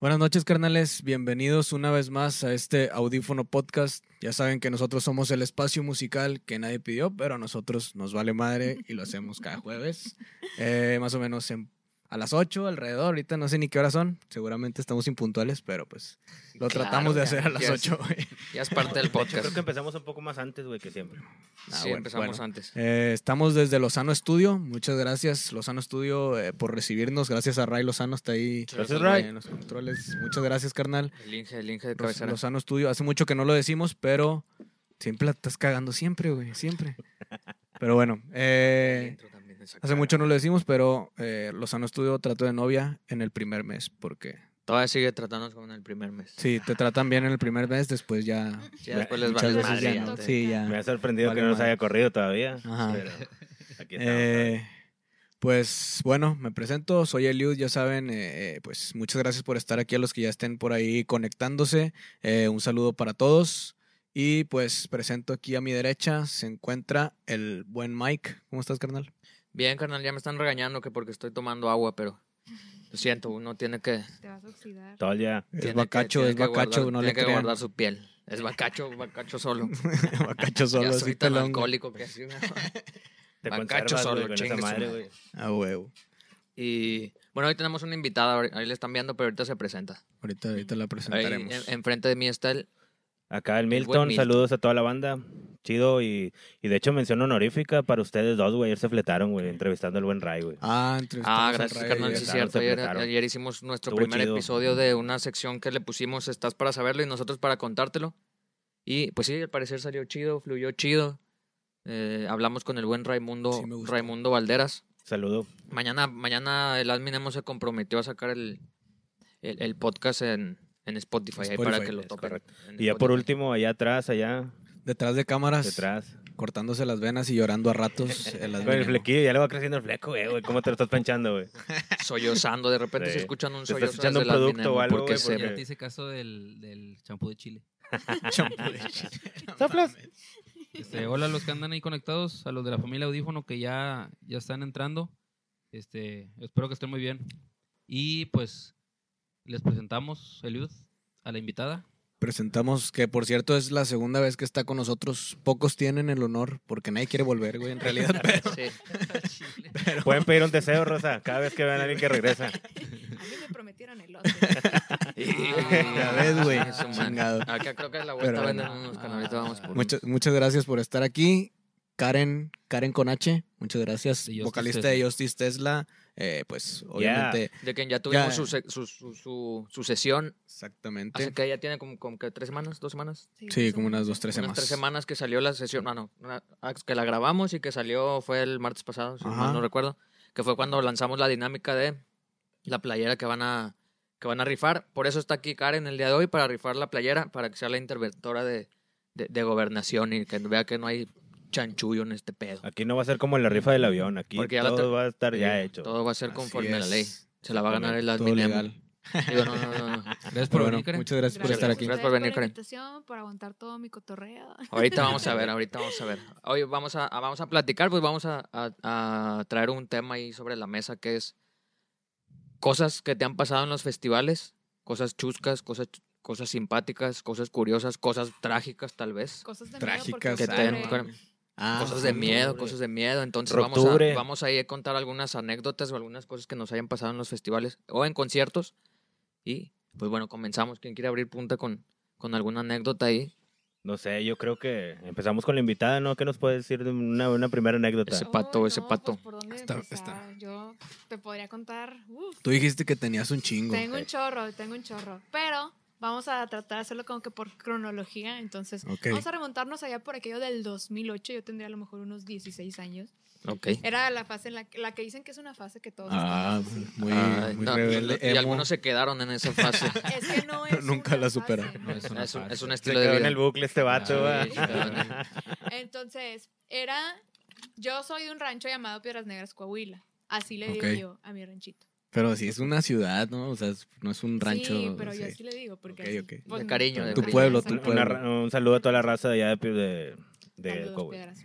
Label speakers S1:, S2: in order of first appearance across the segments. S1: Buenas noches, carnales. Bienvenidos una vez más a este audífono podcast. Ya saben que nosotros somos el espacio musical que nadie pidió, pero a nosotros nos vale madre y lo hacemos cada jueves. Eh, más o menos en- a las 8 alrededor. Ahorita no sé ni qué hora son. Seguramente estamos impuntuales, pero pues lo
S2: Claro,
S1: tratamos de hacer a
S2: claro,
S1: las
S2: ya es-
S1: 8. güey.
S2: Ya es parte del
S3: De hecho,
S2: podcast.
S3: creo que empezamos un poco más antes, güey, que siempre.
S1: Ah,
S2: sí,
S1: bueno,
S2: empezamos
S1: bueno.
S2: antes.
S1: Eh, estamos desde Lozano Estudio. Muchas gracias, Lozano Estudio, eh, por recibirnos. Gracias a Ray Lozano, está ahí
S3: Gracias,
S1: eh,
S3: Ray.
S1: en los controles. Muchas gracias, carnal.
S2: El Inge, el Inge de
S1: Los-
S2: cabecera.
S1: Lozano Estudio. Hace mucho que no lo decimos, pero siempre la estás cagando, siempre, güey, siempre. Pero bueno,
S2: El
S1: eh,
S2: intro también, esa
S1: hace
S2: cara.
S1: mucho no lo decimos, pero eh, Lozano Estudio trató de novia en el primer mes, porque
S2: Todavía sigue tratándonos como en el primer mes.
S1: si te tratan bien en el primer mes, después ya.
S2: Ya después les
S1: muchas
S2: vale
S1: veces
S2: madre.
S1: ya
S2: ya
S1: no.
S2: te-
S1: Sí,
S3: Me
S1: ya.
S3: ha sorprendido
S1: Vale
S3: que no nos
S1: madre.
S3: haya corrido todavía.
S1: Ajá.
S3: Pero aquí estamos.
S1: Eh, pues bueno, me presento, soy Eliud, ya saben, eh, eh, pues muchas gracias por estar aquí a los que ya estén por ahí conectándose, eh, un saludo para todos y pues presento aquí a mi derecha se encuentra el buen Mike, ¿cómo estás carnal?
S2: Bien, carnal, ya me están regañando que porque estoy tomando agua, pero lo siento, uno tiene que.
S4: Te vas a oxidar.
S3: Todo ya.
S2: tiene
S1: Es
S2: que-
S1: bacacho,
S2: tiene
S1: es
S2: que guardar-
S1: bacacho, no le
S2: Tiene que
S1: crean,
S2: guardar su piel. Es bacacho, bacacho solo.
S1: bacacho solo
S2: ya
S1: así
S2: soy tan
S1: pelón.
S2: alcohólico que así. ¿no?
S3: Te
S2: Bacacho
S3: conservas,
S2: solo,
S3: güey, con esa
S2: chingue su
S3: madre,
S2: madre.
S3: güey.
S1: A huevo,
S2: Y bueno, hoy tenemos una invitada, ahor- ahí le están viendo, pero ahorita se presenta.
S1: ahorita, ahorita la
S2: Ahí,
S1: presentaremos.
S2: en- enfrente de mí está el.
S3: Acá el
S2: buen
S3: Milton,
S2: Milton.
S3: saludos a toda la banda. Chido y, y de hecho mención honorífica para ustedes dos, güey. Ayer se fletaron, güey, entrevistando al buen Ray, güey.
S1: Ah, entrevistamos
S2: Ah,
S1: al
S2: gracias,
S1: Ray
S2: carnal,
S1: ayer.
S2: sí,
S3: se
S2: cierto. Ayer,
S3: apretaron.
S2: ayer hicimos nuestro
S3: Estuvo
S2: primer
S3: chido.
S2: episodio de una sección que le pusimos Estás para saberlo y nosotros para contártelo. Y pues sí, al parecer salió chido, fluyó chido. Eh, hablamos con el buen Raimundo,
S1: Sí, me gustó.
S2: Raimundo Valderas.
S3: Saludo.
S2: Mañana, mañana el admin Emo se E comprometió a sacar el, el, el podcast en, en Spotify, ahí para
S1: Spotify,
S2: que lo
S1: es
S2: topen.
S3: correcto.
S2: en
S3: Y ya por
S2: Spotify.
S3: último, allá atrás, allá
S1: Detrás de cámaras,
S3: detrás.
S1: cortándose las venas y llorando a ratos. el
S3: Con
S1: admin
S3: el
S1: emo.
S3: flequillo, ya le va creciendo el fleco, güey, güey. ¿Cómo te lo estás panchando, güey?
S2: Sollozando, de repente se
S3: Sí.
S2: escuchan un
S3: Te estás
S2: sollozo.
S3: echando
S2: desde
S3: un
S2: el admin
S3: producto o
S2: Emo,
S3: algo,
S2: E porque
S3: güey,
S2: se-
S3: porque-
S5: Ya te hice caso del, del champú de Chile.
S1: Champú de Chile, no
S3: ¿Soplas?
S1: mames.
S5: Este, hola a los que andan ahí conectados, a los de la familia Audífono que ya, ya están entrando. Este, espero que estén muy bien. Y pues les presentamos, Eliud, a la invitada.
S1: Presentamos que, por cierto, es la segunda vez que está con nosotros. Pocos tienen el honor porque nadie quiere volver, güey, en realidad. Pero,
S2: Sí.
S1: pero-
S3: Pueden pedir un deseo, Rosa, cada vez que vean a alguien que regresa.
S4: A mí me prometieron el otro.
S1: ya ves, güey,
S2: Ah, su madre.
S1: chingado.
S2: Acá creo que a la vuelta
S1: Pero
S2: venden
S1: bueno.
S2: unos canalitos, vamos por
S1: Muchas, muchas gracias por estar aquí. Karen, Karen con H, muchas gracias.
S5: De Justice
S1: Vocalista de Justice Tesla. Eh, pues, obviamente.
S2: De quien ya tuvimos
S1: Ya.
S2: Su, se- su, su, su- su sesión. Hace
S1: Exactamente.
S2: que ya tiene como, como que tres semanas, dos semanas.
S1: Sí, como unas dos, tres
S2: Unas
S1: semanas.
S2: tres semanas que salió la sesión. Ah, no, una- ah, que la grabamos y que salió fue el martes pasado, si
S1: Ajá.
S2: mal no recuerdo. Que fue cuando lanzamos la dinámica de la playera que van a que van a rifar. Por eso está aquí Karen el día de hoy, para rifar la playera, para que sea la interventora de, de, de gobernación y que vea que no hay chanchullo en este pedo.
S3: Aquí no va a ser como en la rifa del avión, aquí
S2: Porque ya la te-
S3: todo va a estar ya
S2: Sí,
S3: hecho.
S2: Todo va a ser
S1: Así
S2: conforme a la
S1: es.
S2: ley. Se la va a ganar el
S1: Todo
S2: admin.
S1: legal.
S2: Digo, no, no, no, no.
S5: Gracias
S3: Ah,
S5: por
S1: Pero bueno,
S5: venir, Karen.
S1: muchas gracias por estar aquí.
S2: Gracias por venir,
S4: Por
S2: Karen.
S4: la invitación, por aguantar todo mi cotorreo.
S2: Ahorita vamos a ver, ahorita vamos a ver. Hoy vamos a, a- vamos a platicar, pues vamos a, a- a traer un tema ahí sobre la mesa que es cosas que te han pasado en los festivales, cosas chuscas, cosas, ch- cosas simpáticas, cosas curiosas, cosas trágicas tal vez.
S4: Cosas de
S1: Trágicas,
S2: Que te
S4: miedo porque
S1: ah,
S2: den-
S4: siempre-
S2: cor-
S1: Ah,
S2: cosas de miedo,
S3: octubre.
S2: cosas de miedo. Entonces vamos a,
S3: Octubre.
S2: vamos a ir a contar algunas anécdotas o algunas cosas que nos hayan pasado en los festivales o en conciertos. Y pues bueno, comenzamos. ¿Quién quiere abrir punta con, con alguna anécdota ahí?
S3: No sé, yo creo que empezamos con la invitada, ¿no? ¿Qué nos puedes decir de una, una primera anécdota?
S2: Ese pato,
S4: Uy,
S2: ese
S4: no,
S2: pato.
S4: pues, ¿por dónde
S1: Está-
S4: empezar?
S1: está.
S4: Yo te podría contar. uf,
S1: Tú dijiste que tenías un chingo.
S4: tengo un chorro, tengo un chorro. Pero vamos a tratar de hacerlo como que por cronología. Entonces,
S1: Ok.
S4: vamos a remontarnos allá por aquello del 2008. Yo tendría a lo mejor unos 16 años.
S2: Ok.
S4: Era la fase en la, que- la que dicen que es una fase que todos.
S1: Ah,
S4: estamos así.
S1: muy,
S2: Ay,
S1: muy
S2: no,
S1: rebelde.
S2: y
S1: emo.
S2: algunos se quedaron en esa fase.
S4: Es que no
S1: Pero
S4: es
S1: nunca
S4: una
S1: la supera.
S4: fase.
S5: No, es una
S2: es, un,
S5: farsa.
S2: es un
S3: Se
S2: estilo de
S3: quedó en
S2: vida.
S3: el bucle este
S5: Ah,
S3: vato, va.
S2: Sí, se quedó en el-
S4: Entonces, era. Yo soy de un rancho llamado Piedras Negras, Coahuila. Así le digo
S1: Ok.
S4: yo a mi ranchito.
S1: Pero sí, es una ciudad, ¿no? O sea, es- no es un rancho.
S4: Sí, pero yo
S1: sí.
S4: así le digo. Porque
S1: Ok,
S4: así, pues,
S1: ok.
S2: De
S4: no,
S2: cariño, de
S1: Tu
S2: cariño.
S1: pueblo, tu
S4: exacto.
S3: Una ra- un saludo a toda la raza de allá de, de, de
S4: Saludos,
S3: Coahuila.
S4: Piedras.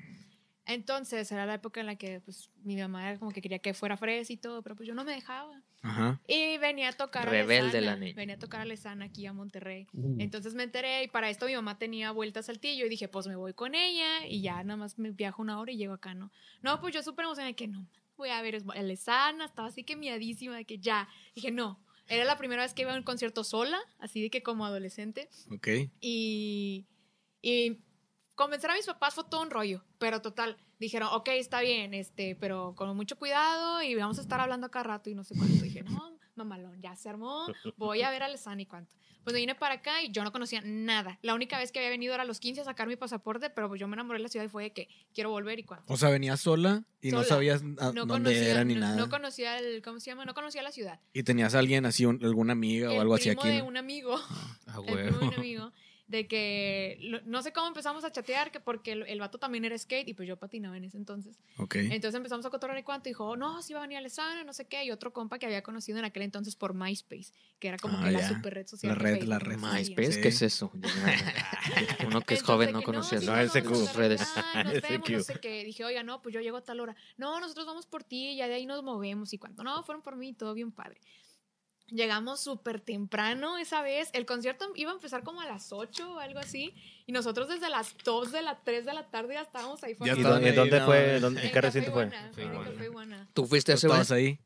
S4: Entonces era la época en la que pues, mi mamá era como que quería que fuera fresa y todo, pero pues yo no me dejaba.
S1: Ajá.
S4: Y venía a tocar a
S2: Rebelde
S4: Lesana,
S2: la niña.
S4: Venía a tocar a Lesana aquí a Monterrey. Entonces me enteré y para esto mi mamá tenía vuelta a Saltillo y dije, pues me voy con ella y ya nada más me viajo una hora y llego acá, ¿no? No, pues yo súper emocionada que no, voy a ver a Lesana, estaba así que miadísima de que ya. Dije, no, era la primera vez que iba a un concierto sola, así de que como adolescente.
S1: Ok.
S4: Y, y convencer a mis papás fue todo un rollo, pero total, dijeron, ok, está bien, este, pero con mucho cuidado y vamos a estar hablando acá rato y no sé cuánto. Dije, no, mamalón, ya se armó, voy a ver a Lesana y cuánto. Pues me vine para acá y yo no conocía nada. La única vez que había venido era a los 15 a sacar mi pasaporte, pero pues yo me enamoré de la ciudad y fue de que quiero volver y cuánto.
S1: O sea, venías sola y no
S4: Sola.
S1: sabías a-
S4: No
S1: Ah, dónde
S4: conocía,
S1: era ni
S4: no-
S1: nada.
S4: no conocía el, ¿cómo se llama? No conocía la ciudad.
S1: y tenías a alguien así, un- alguna amiga o
S4: el
S1: algo así
S4: primo
S1: aquí.
S4: de
S1: ¿no?
S4: un amigo
S5: A
S4: el primo de
S5: Ah, huevo.
S4: un amigo de que lo- no sé cómo empezamos a chatear que porque el, el vato también era skate y pues yo patinaba en ese entonces
S1: Ok.
S4: entonces empezamos a cotorrear y cuánto dijo oh, no si va a venir Alessandra no sé qué y otro compa que había conocido en aquel entonces por MySpace que era como
S1: Ah,
S4: que
S1: ya.
S4: la super red social
S1: La
S4: de
S1: red,
S4: Facebook,
S1: la
S4: no
S1: red.
S4: sé,
S2: MySpace,
S1: Sí.
S2: ¿qué es eso? Uno que es
S4: entonces
S2: joven
S4: de
S2: no
S4: que,
S2: conocía
S4: sí,
S2: eso.
S3: no,
S4: nos
S3: ese
S4: vamos a
S3: Q.
S4: cotorrear,
S2: Redes.
S4: nos
S3: Ese
S4: vemos,
S3: Q.
S4: no sé qué. Dije, oiga, no, pues yo llego a tal hora. No, nosotros vamos por ti, ya de ahí nos movemos y cuánto. No, fueron por mí, todo bien padre. Llegamos súper temprano esa vez. El concierto iba a empezar como a las 8 o algo así. Y nosotros desde las 2 de la 3 de la tarde ya estábamos ahí.
S1: Ya
S3: ¿Y
S1: estaban
S3: dónde,
S1: ahí,
S3: dónde
S1: no,
S3: fue?
S1: eh.
S3: dónde- ¿En qué recinto fue?
S5: Fue
S4: En el
S5: Iguana.
S4: Café Iguana.
S2: ¿Tú
S1: ¿Tú
S2: fuiste a ese vez?
S1: estabas ahí?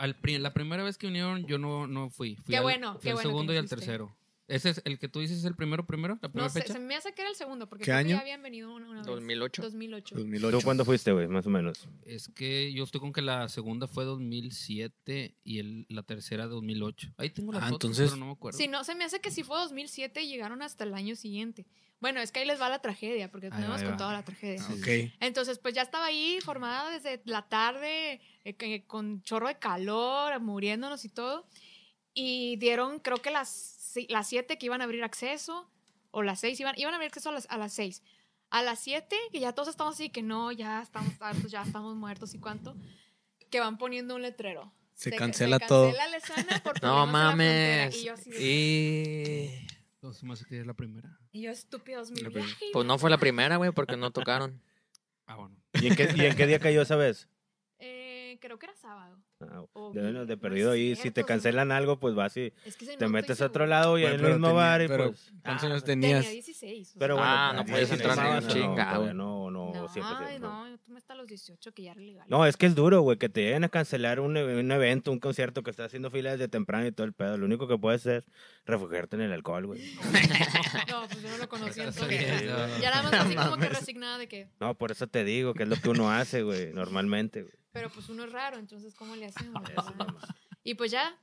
S5: Al pri- la primera vez que unieron, yo no, no fui. fui
S4: Qué
S5: al-
S4: bueno,
S5: fui
S4: qué
S5: al
S4: bueno que
S5: segundo
S4: no
S5: y al
S4: fuiste.
S5: tercero. ¿Ese es el que tú dices es el primero, primero? ¿La primera
S4: No sé,
S5: fecha?
S4: se me hace que era el segundo, porque
S1: ¿Qué
S4: creo que
S1: año?
S4: ya habían venido una, una vez.
S2: 2008.
S4: 2008.
S1: 2008.
S3: ¿Tú cuándo fuiste, güey? Más o menos.
S5: Es que yo estoy con que la segunda fue 2007 y el- la tercera 2008. Ahí tengo la
S1: Ah,
S5: foto,
S1: entonces-
S5: pero no me acuerdo.
S4: Si no, se me hace que si fue 2007 y llegaron hasta el año siguiente. Bueno, es que ahí les va la tragedia, porque
S5: Ahí
S4: no
S5: va,
S4: hemos
S5: ahí va.
S4: contado la tragedia.
S1: Ah, ok.
S4: Entonces, pues ya estaba ahí formada desde la tarde, eh, que- con chorro de calor, muriéndonos y todo. Y dieron, creo que las, si- las 7 que iban a abrir acceso, o las 6 iban, iban a abrir acceso a las, a las 6. A las 7, que ya todos estamos así, que no, ya estamos hartos, ya estamos muertos y cuánto, que van poniendo un letrero.
S1: Se
S4: De que-
S1: cancela
S4: se
S1: todo.
S4: cancela Ah, Lesana por
S2: No
S4: problemas de la frontera.
S2: mames.
S4: Y yo así de-
S2: Y...
S5: Entonces se me hace que es la primera.
S4: y yo, estúpidos, mi
S5: La
S4: viaje.
S5: primera.
S4: y
S2: Pues no fue la primera, güey, porque no tocaron.
S5: Ah, bueno.
S3: ¿Y en qué, y en qué día cayó esa vez?
S4: Eh, creo que era sábado.
S3: Ah, güey.
S4: Oh,
S3: de, bueno, de
S4: no
S3: perdido
S4: es
S3: ahí, si te
S4: cierto,
S3: cancelan algo, pues vas y
S4: Es que se-
S3: te
S4: no estoy
S3: metes a otro
S4: segura.
S3: lado y
S1: Bueno,
S3: en el
S1: pero
S3: mismo
S1: tenía-
S3: bar y
S1: pero,
S3: pues...
S1: ¿Cuántos
S3: ah,
S1: años
S4: Tenía
S1: tenías?
S4: 16. o
S3: Pero
S4: sea,
S3: bueno,
S2: Ah, no
S3: a
S2: puedes
S3: 16
S2: entrar
S3: años,
S2: en
S3: no,
S2: chinga,
S3: todavía
S2: güey.
S3: No, no,
S4: no,
S3: siempre
S4: ay,
S3: se- no.
S4: no, yo tomé hasta los 18 que ya era legal.
S3: No, es que es duro, güey, que te lleguen a cancelar un, e- un evento, un concierto que estás haciendo fila desde temprano y todo el pedo. Lo único que puedes hacer es refugiarte en el alcohol, güey.
S4: No, pues yo no lo conocí
S5: Estás
S4: entonces.
S5: oyendo.
S4: Ya nada más así como que resignada de que,
S3: No, por eso te digo que es lo que uno hace, güey, normalmente. güey.
S4: pero pues uno es raro, entonces ¿cómo le hacemos? verdad? y pues ya,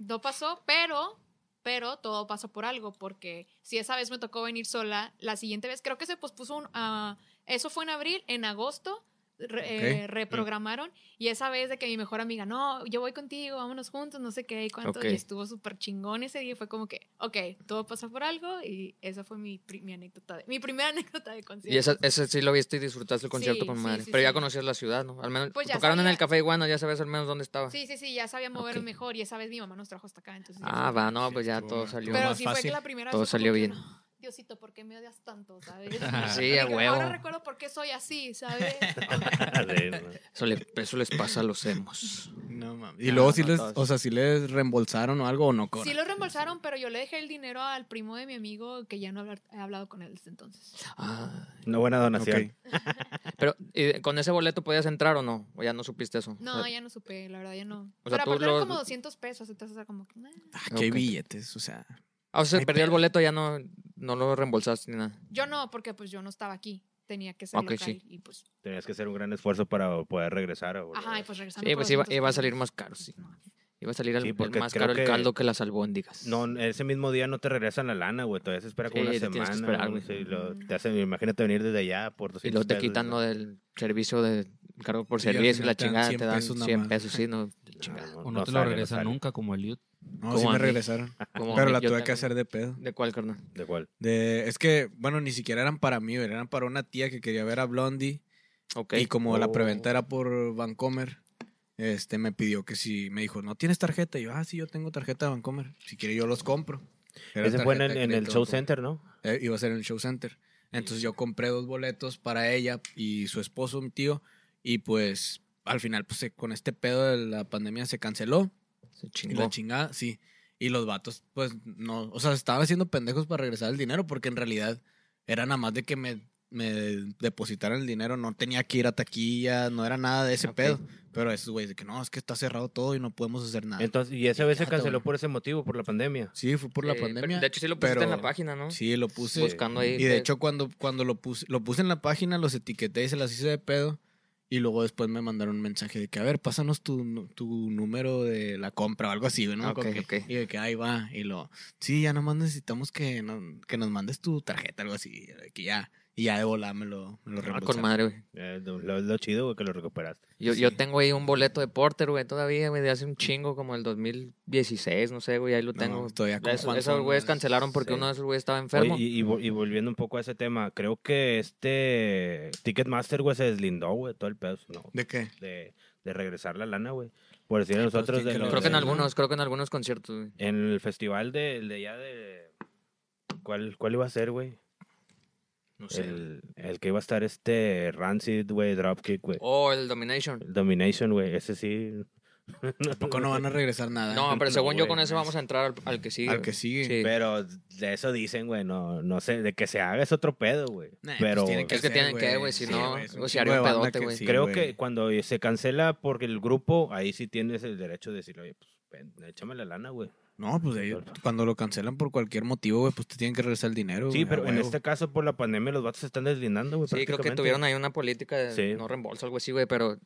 S4: no pasó, pero, pero todo pasó por algo, porque si esa vez me tocó venir sola, la siguiente vez, creo que se pospuso un, ah, eso fue en abril, en agosto, re- eh, reprogramaron, y esa vez de que mi mejor amiga, no, yo voy contigo, vámonos juntos, no sé qué, y cuánto,
S2: Ok.
S4: y estuvo súper chingón ese día, y fue como que, ok, todo pasó por algo, y esa fue mi, pri- mi anécdota, de- mi primera anécdota de concierto.
S2: Y ese, ese sí lo viste y disfrutaste el concierto
S4: Sí,
S2: con
S4: sí,
S2: madre.
S4: sí,
S2: Pero ya
S4: sí.
S2: conocías la ciudad, ¿no? Al menos
S4: Pues ya
S2: tocaron en
S4: sabía.
S2: el Café Iguana, ya sabes al menos dónde estaba.
S4: Sí, sí, sí, ya sabía mover
S2: Ok.
S4: mejor y esa vez mi mamá nos trajo hasta acá, entonces. ya
S2: Ah,
S4: fue-
S2: va, no,
S1: Sí,
S2: pues ya
S1: estuvo
S2: todo
S1: más-
S2: salió.
S1: estuvo
S4: Pero
S1: más
S4: sí fue que
S1: fácil.
S4: la primera vez
S2: Todo
S4: fue como
S2: salió
S4: que,
S2: bien.
S4: "No, Diosito, ¿por qué me odias tanto, sabes?
S2: Sí, a
S4: Porque Ahora
S2: huevo.
S4: recuerdo por qué soy así, ¿sabes?
S3: Sí, no.
S2: Eso, le- eso les pasa a los emos.
S1: No mames. Y
S2: Ah,
S1: luego si
S2: no,
S1: les,
S2: todos.
S1: o sea, si les reembolsaron o algo o no cobran?
S4: sí lo reembolsaron, pero yo le dejé el dinero al primo de mi amigo que ya no hablar- he hablado con él desde entonces.
S2: Ah,
S3: Una buena donación.
S1: Ok.
S2: pero ¿y con ese boleto podías entrar o no? ¿O ya no supiste eso? O
S4: No,
S2: sea,
S4: ya no supe, la verdad, ya no.
S2: O sea,
S4: pero
S2: tú
S4: aparte eran
S2: lo-
S4: como 200 pesos, entonces era como que, "Nah".
S1: Ah, qué
S2: Ok.
S1: billetes, o sea.
S2: ah, o sea,
S1: Ay,
S2: se perdió el
S1: pero-
S2: boleto, ya no, no lo reembolsaste ni nada.
S4: Yo no, porque pues yo no estaba aquí. Tenía que ser
S2: Ok,
S4: local
S2: sí.
S4: y pues,
S3: Tenías que hacer un gran esfuerzo para poder regresar. o-
S4: ajá, y pues regresando.
S2: Sí,
S4: por
S2: pues iba,
S4: 200
S2: iba a
S4: pesos.
S2: salir más caro, sí. Iba a salir al-
S3: Sí,
S2: el
S3: porque
S2: más
S3: creo
S2: caro el
S3: que-
S2: caldo que las albóndigas.
S3: No, ese mismo día no te regresan la lana, güey. Todavía se espera como
S2: Sí,
S3: una
S2: te tienes que
S3: semana.
S2: esperar,
S3: güey,
S2: güey.
S3: sí, lo- te hacen, imagínate venir desde allá por
S2: Y
S3: 200
S2: luego te
S3: pesos,
S2: quitan
S3: ¿no?
S2: lo del servicio de cargo por
S1: Sí, al
S2: servicio y la
S1: final te dan
S2: chingada
S1: 100
S2: te dan
S1: pesos nada
S2: 100
S1: más.
S2: pesos, sí, no,
S3: Ah, No,
S2: chingada.
S5: O no, te
S3: sale,
S5: lo regresan
S3: sale.
S5: nunca como el Youth.
S1: No,
S2: Como
S1: sí
S2: a
S1: me
S2: mí. Ah,
S1: regresaron.
S2: Como
S1: Ah, Pero
S2: a mí,
S1: la
S2: yo
S1: tuve que
S2: tengo-
S1: hacer de pedo.
S2: ¿De cuál, carnal?
S3: ¿De cuál?
S1: De, es que, bueno, ni siquiera eran para mí, güey, eran para una tía que quería ver a Blondie.
S2: Ok.
S1: Y como la
S3: Oh.
S1: preventa era por Vancomer, este me pidió que si me dijo, ¿no tienes tarjeta? Y yo, ah, sí, yo tengo tarjeta de Vancomer. Si quiere, yo los compro. Era
S3: Ese fue en
S1: tarjeta
S3: el,
S1: de
S3: en el
S1: crédito
S3: show
S1: Vancomer.
S3: center, ¿no?
S1: Eh, iba a ser en el show center. Entonces yo compré dos boletos para ella y su esposo, mi tío, y pues al final pues se- con este pedo de la pandemia se canceló
S2: Se
S1: y
S2: chingó.
S1: la chingada, sí. Y los vatos pues no, o sea, se estaban haciendo pendejos para regresar el dinero porque en realidad era nada más de que me, me depositaran el dinero, no tenía que ir a taquilla, no era nada de ese
S2: Ok.
S1: pedo. Pero esos güeyes de que no, es que está cerrado todo y no podemos hacer nada.
S3: Entonces, y esa vez se
S1: Ya te
S3: canceló
S1: voy.
S3: por ese motivo, por la pandemia.
S1: Sí, fue por la
S2: Eh, pero
S1: pandemia.
S2: De hecho, sí lo pusiste en
S1: pero-
S2: la página, ¿no?
S1: Sí, lo puse.
S2: Buscando ahí.
S1: Y de hecho, cuando, cuando lo, puse, lo puse en la página, los etiqueté y se las hice de pedo. Y luego después me mandaron un mensaje de que, a ver, pásanos tu, nu- tu número de la compra o algo así, ¿no? me acuerdo
S2: Ah, Ok,
S1: qué.
S2: ok.
S1: Y de que ahí va. Y lo, sí, ya nomás necesitamos que, no- que nos mandes tu tarjeta, algo así. de que ya, y ya de volar me lo, me lo
S2: Ah,
S1: reembolsaron.
S2: con madre, güey.
S3: Eh, lo, lo- lo chido, güey, que lo recuperaste.
S2: Yo, yo
S1: Sí.
S2: tengo ahí un boleto de Porter, güey, todavía, güey, de hace un chingo, como el 2016, no sé, güey, ahí lo
S1: No,
S2: tengo.
S1: estoy acá con
S2: Eso-
S1: Juan
S2: esos güeyes
S1: Sonas.
S2: cancelaron porque
S3: Sí.
S2: uno de esos güeyes estaba enfermo.
S3: Oye, y, y vol- y volviendo un poco a ese tema, creo que este Ticketmaster, güey, se deslindó, güey, todo el pedo. No,
S1: ¿De qué?
S3: de, de regresar la lana, güey. Por decir a nosotros
S1: tiene
S3: de
S1: que
S3: los-
S2: creo Pues, que en
S1: sí,
S2: algunos, creo que en algunos conciertos, güey.
S3: En el festival de, de allá de... ¿Cuál, ¿Cuál iba a ser, güey?
S1: No
S3: El, el que iba a estar este Rancid, güey, Dropkick, güey.
S2: O Oh, el Domination.
S3: El Domination, güey, ese sí.
S1: Tampoco no van a regresar nada.
S2: No,
S1: ¿eh?
S2: pero
S3: no,
S2: según yo
S3: güey,
S2: con ese
S3: no.
S2: vamos a entrar al, al que sigue.
S1: Al
S2: güey.
S1: que sigue.
S2: Sí.
S3: Pero de eso dicen, güey, no, no sé, de que se haga es otro pedo, güey.
S1: pues
S3: pero
S2: pues que Es tienen que, güey, si no, o si haría un pedote, güey.
S3: creo que cuando se cancela porque el grupo, ahí sí tienes el derecho de decirle, oye, pues ven, échame la lana, güey.
S1: No, pues ellos, cuando lo cancelan por cualquier motivo, güey, pues te tienen que regresar el dinero.
S3: Sí,
S1: güey, a
S3: pero en
S1: huevo.
S3: este caso por la pandemia los vatos se están deslindando, güey.
S2: Sí, creo que
S3: prácticamente.
S2: tuvieron ahí una política de
S3: Sí.
S2: no reembolso, algo así, güey, pero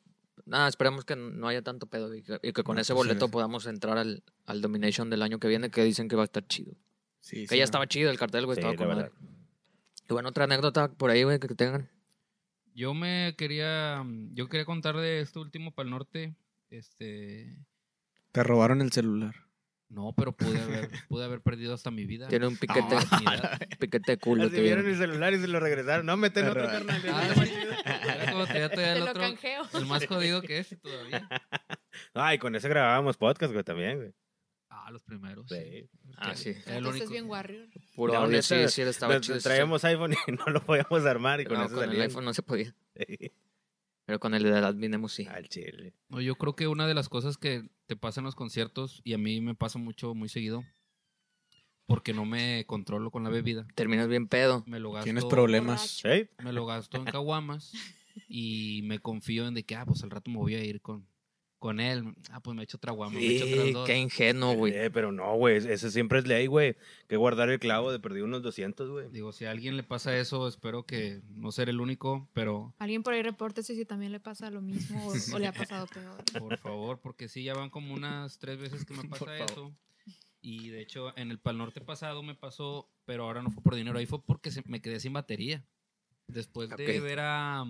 S2: nada, esperemos que no haya tanto pedo y que, y que con
S1: No,
S2: ese
S1: pues, sí,
S2: boleto
S1: güey.
S2: podamos entrar al, al Domination del año que viene, que dicen que va a estar chido.
S1: Sí,
S2: que
S1: sí,
S2: ya
S1: no.
S2: estaba chido el cartel, güey,
S3: Sí,
S2: estaba
S3: la
S2: con madre.
S3: verdad.
S2: Y bueno, otra anécdota por ahí, güey, que tengan.
S5: Yo me quería, yo quería contar de este último para el norte, este,
S1: Te robaron el celular.
S5: no, pero pude haber, pude haber perdido hasta mi vida. Ah,
S2: Tiene un piquete,
S5: oportunidad.
S2: piquete de culo. te
S3: vieron
S2: dieron.
S3: el celular y se lo regresaron. No, meten
S1: Te
S3: otro
S1: robaron.
S3: carnal.
S5: Ah, sí. Era como tenía
S4: Te
S5: todavía el
S4: lo
S5: otro,
S4: canjeo.
S5: el más jodido que es todavía.
S3: Ay, con ese grabábamos podcast, güey, también, güey.
S5: Ah, los primeros. sí.
S3: Sí.
S2: Ah, sí.
S5: Era el
S4: Entonces
S5: único.
S4: es bien warrior.
S2: Puro
S3: No,
S2: audio,
S3: neta,
S2: sí, sí, estaba
S3: Nos-
S2: chido.
S3: nos
S2: sí,
S3: traíamos iPhone y no lo podíamos armar
S2: sí.
S3: y con
S2: No,
S3: eso
S2: con el
S3: salían.
S2: iPhone no se podía,
S3: Sí.
S2: pero con el de la vinemos sí.
S3: Al chile.
S5: No, yo creo que una de las cosas que te pasa en los conciertos, y a mí me pasa mucho, muy seguido, porque no me controlo con la bebida.
S2: Terminas bien pedo.
S5: Me lo gasto,
S1: Tienes problemas.
S4: borracho.
S3: ¿Sí?
S5: Me lo gasto en caguamas y me confío en de que, ah, pues al rato me voy a ir con, con él. Ah, pues me echo otra guama, me echo otras
S2: Sí,
S5: dos.
S2: qué ingenuo, güey.
S3: Eh, pero no, güey, eso siempre es ley, güey. Que guardar el clavo de perder unos 200, güey.
S5: Digo, si a alguien le pasa eso, espero que no ser el único, pero
S4: Alguien por ahí repórtese si también le pasa lo mismo o, o le ha pasado peor.
S5: por favor, porque sí, ya van como unas tres veces que me
S1: Por
S5: pasa
S1: favor.
S5: eso. Y de hecho, en el Pal Norte pasado me pasó, pero ahora no fue por dinero, ahí fue porque se- me quedé sin batería. Después de
S2: Ok.
S5: ver a,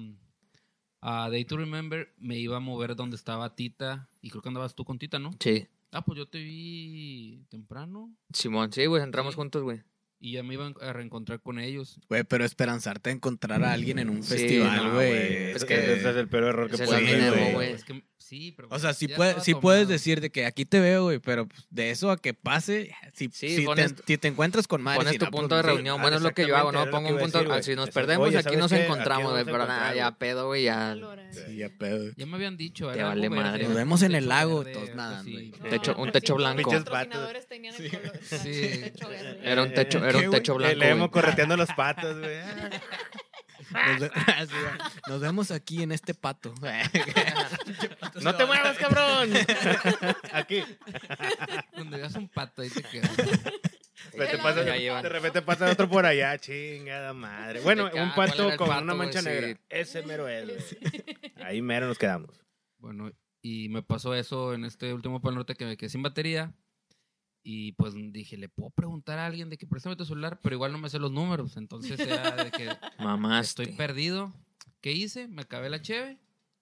S5: a Day to Remember, me iba a mover donde estaba Tita, y creo que andabas tú con Tita, ¿no?
S2: Sí,
S5: Ah, pues yo te vi temprano
S2: Simón, sí, güey, entramos
S5: Sí.
S2: juntos, güey.
S5: y ya me iba a reencontrar con ellos.
S1: Güey, pero esperanzarte a encontrar a alguien en un
S2: Sí,
S1: festival,
S2: no,
S1: güey.
S2: Es
S3: Es
S1: es
S2: que-
S3: que Ah, ese es el peor error que
S2: Ese
S1: es
S3: puedes
S1: el
S3: hacer,
S1: mínimo,
S3: güey.
S1: güey.
S5: Es que- sí, pero
S1: O sea, sí,
S5: ya
S1: puede-
S5: estaba
S1: sí puedes
S5: tomado.
S1: decir de que aquí te veo, güey, pero pues, de eso a que pase, si,
S2: Sí,
S1: si te,
S2: pones-
S1: si te encuentras con madre.
S2: Pones
S1: si
S2: tu
S1: no, pues,
S2: este punto de
S1: sí.
S2: reunión.
S3: ah,
S2: Bueno, es lo que yo hago,
S3: exactamente,
S2: ¿no?
S3: era lo
S2: Pongo
S3: que
S2: un
S3: iba a
S2: punto.
S3: decir,
S2: ah,
S3: güey.
S2: Si nos
S3: Exacto.
S2: perdemos,
S3: Oye,
S2: aquí
S3: ¿sabes
S2: nos
S3: qué? Aquí
S2: encontramos,
S3: nos
S2: güey. Pero nada,
S3: encontramos.
S2: ya pedo, güey, ya.
S4: Tal hora.
S1: Sí, ya pedo.
S5: Ya me habían dicho,
S2: Te
S5: era algo
S2: vale
S5: verde,
S2: madre.
S5: era
S1: Nos
S5: un
S1: vemos en
S5: techo
S1: el lago,
S5: verde,
S1: todos
S5: algo
S1: nadan,
S5: así.
S1: güey.
S4: No,
S2: Techo- un
S4: pues
S2: techo
S4: sí,
S2: blanco.
S4: Los
S3: Pinches vatos.
S4: patrocinadores tenían el color. o sea,
S5: Sí.
S4: el techo verde.
S2: Era un techo, era
S1: ¿Qué,
S2: un
S1: güey?
S2: techo
S3: Eh,
S2: blanco.
S3: Le
S2: güey.
S3: hemos correteando los patos, güey. Ah,
S1: Nos, ve- Así, güey. Nos vemos aquí en este pato.
S3: ¡No te muevas, cabrón! Aquí.
S5: Donde veas un pato ahí te quedas.
S3: Pero te
S4: Ya
S3: pasa-
S2: la llevan.
S3: de repente pasa otro por allá, chingada madre. Bueno,
S2: De acá,
S3: un
S2: ¿cuál era
S3: pato
S2: el
S3: con
S2: pato,
S3: una
S2: güey?
S3: mancha
S2: Sí.
S3: negra. Ese mero es, güey. Ahí mero nos quedamos.
S5: Bueno, y me pasó eso en este último Pal Norte que me quedé sin batería. Y pues dije, le puedo preguntar a alguien de que préstame tu celular, pero igual no me sé los números. Entonces era de que
S2: Mamaste.
S5: estoy perdido. ¿Qué hice? Me acabé la cheve,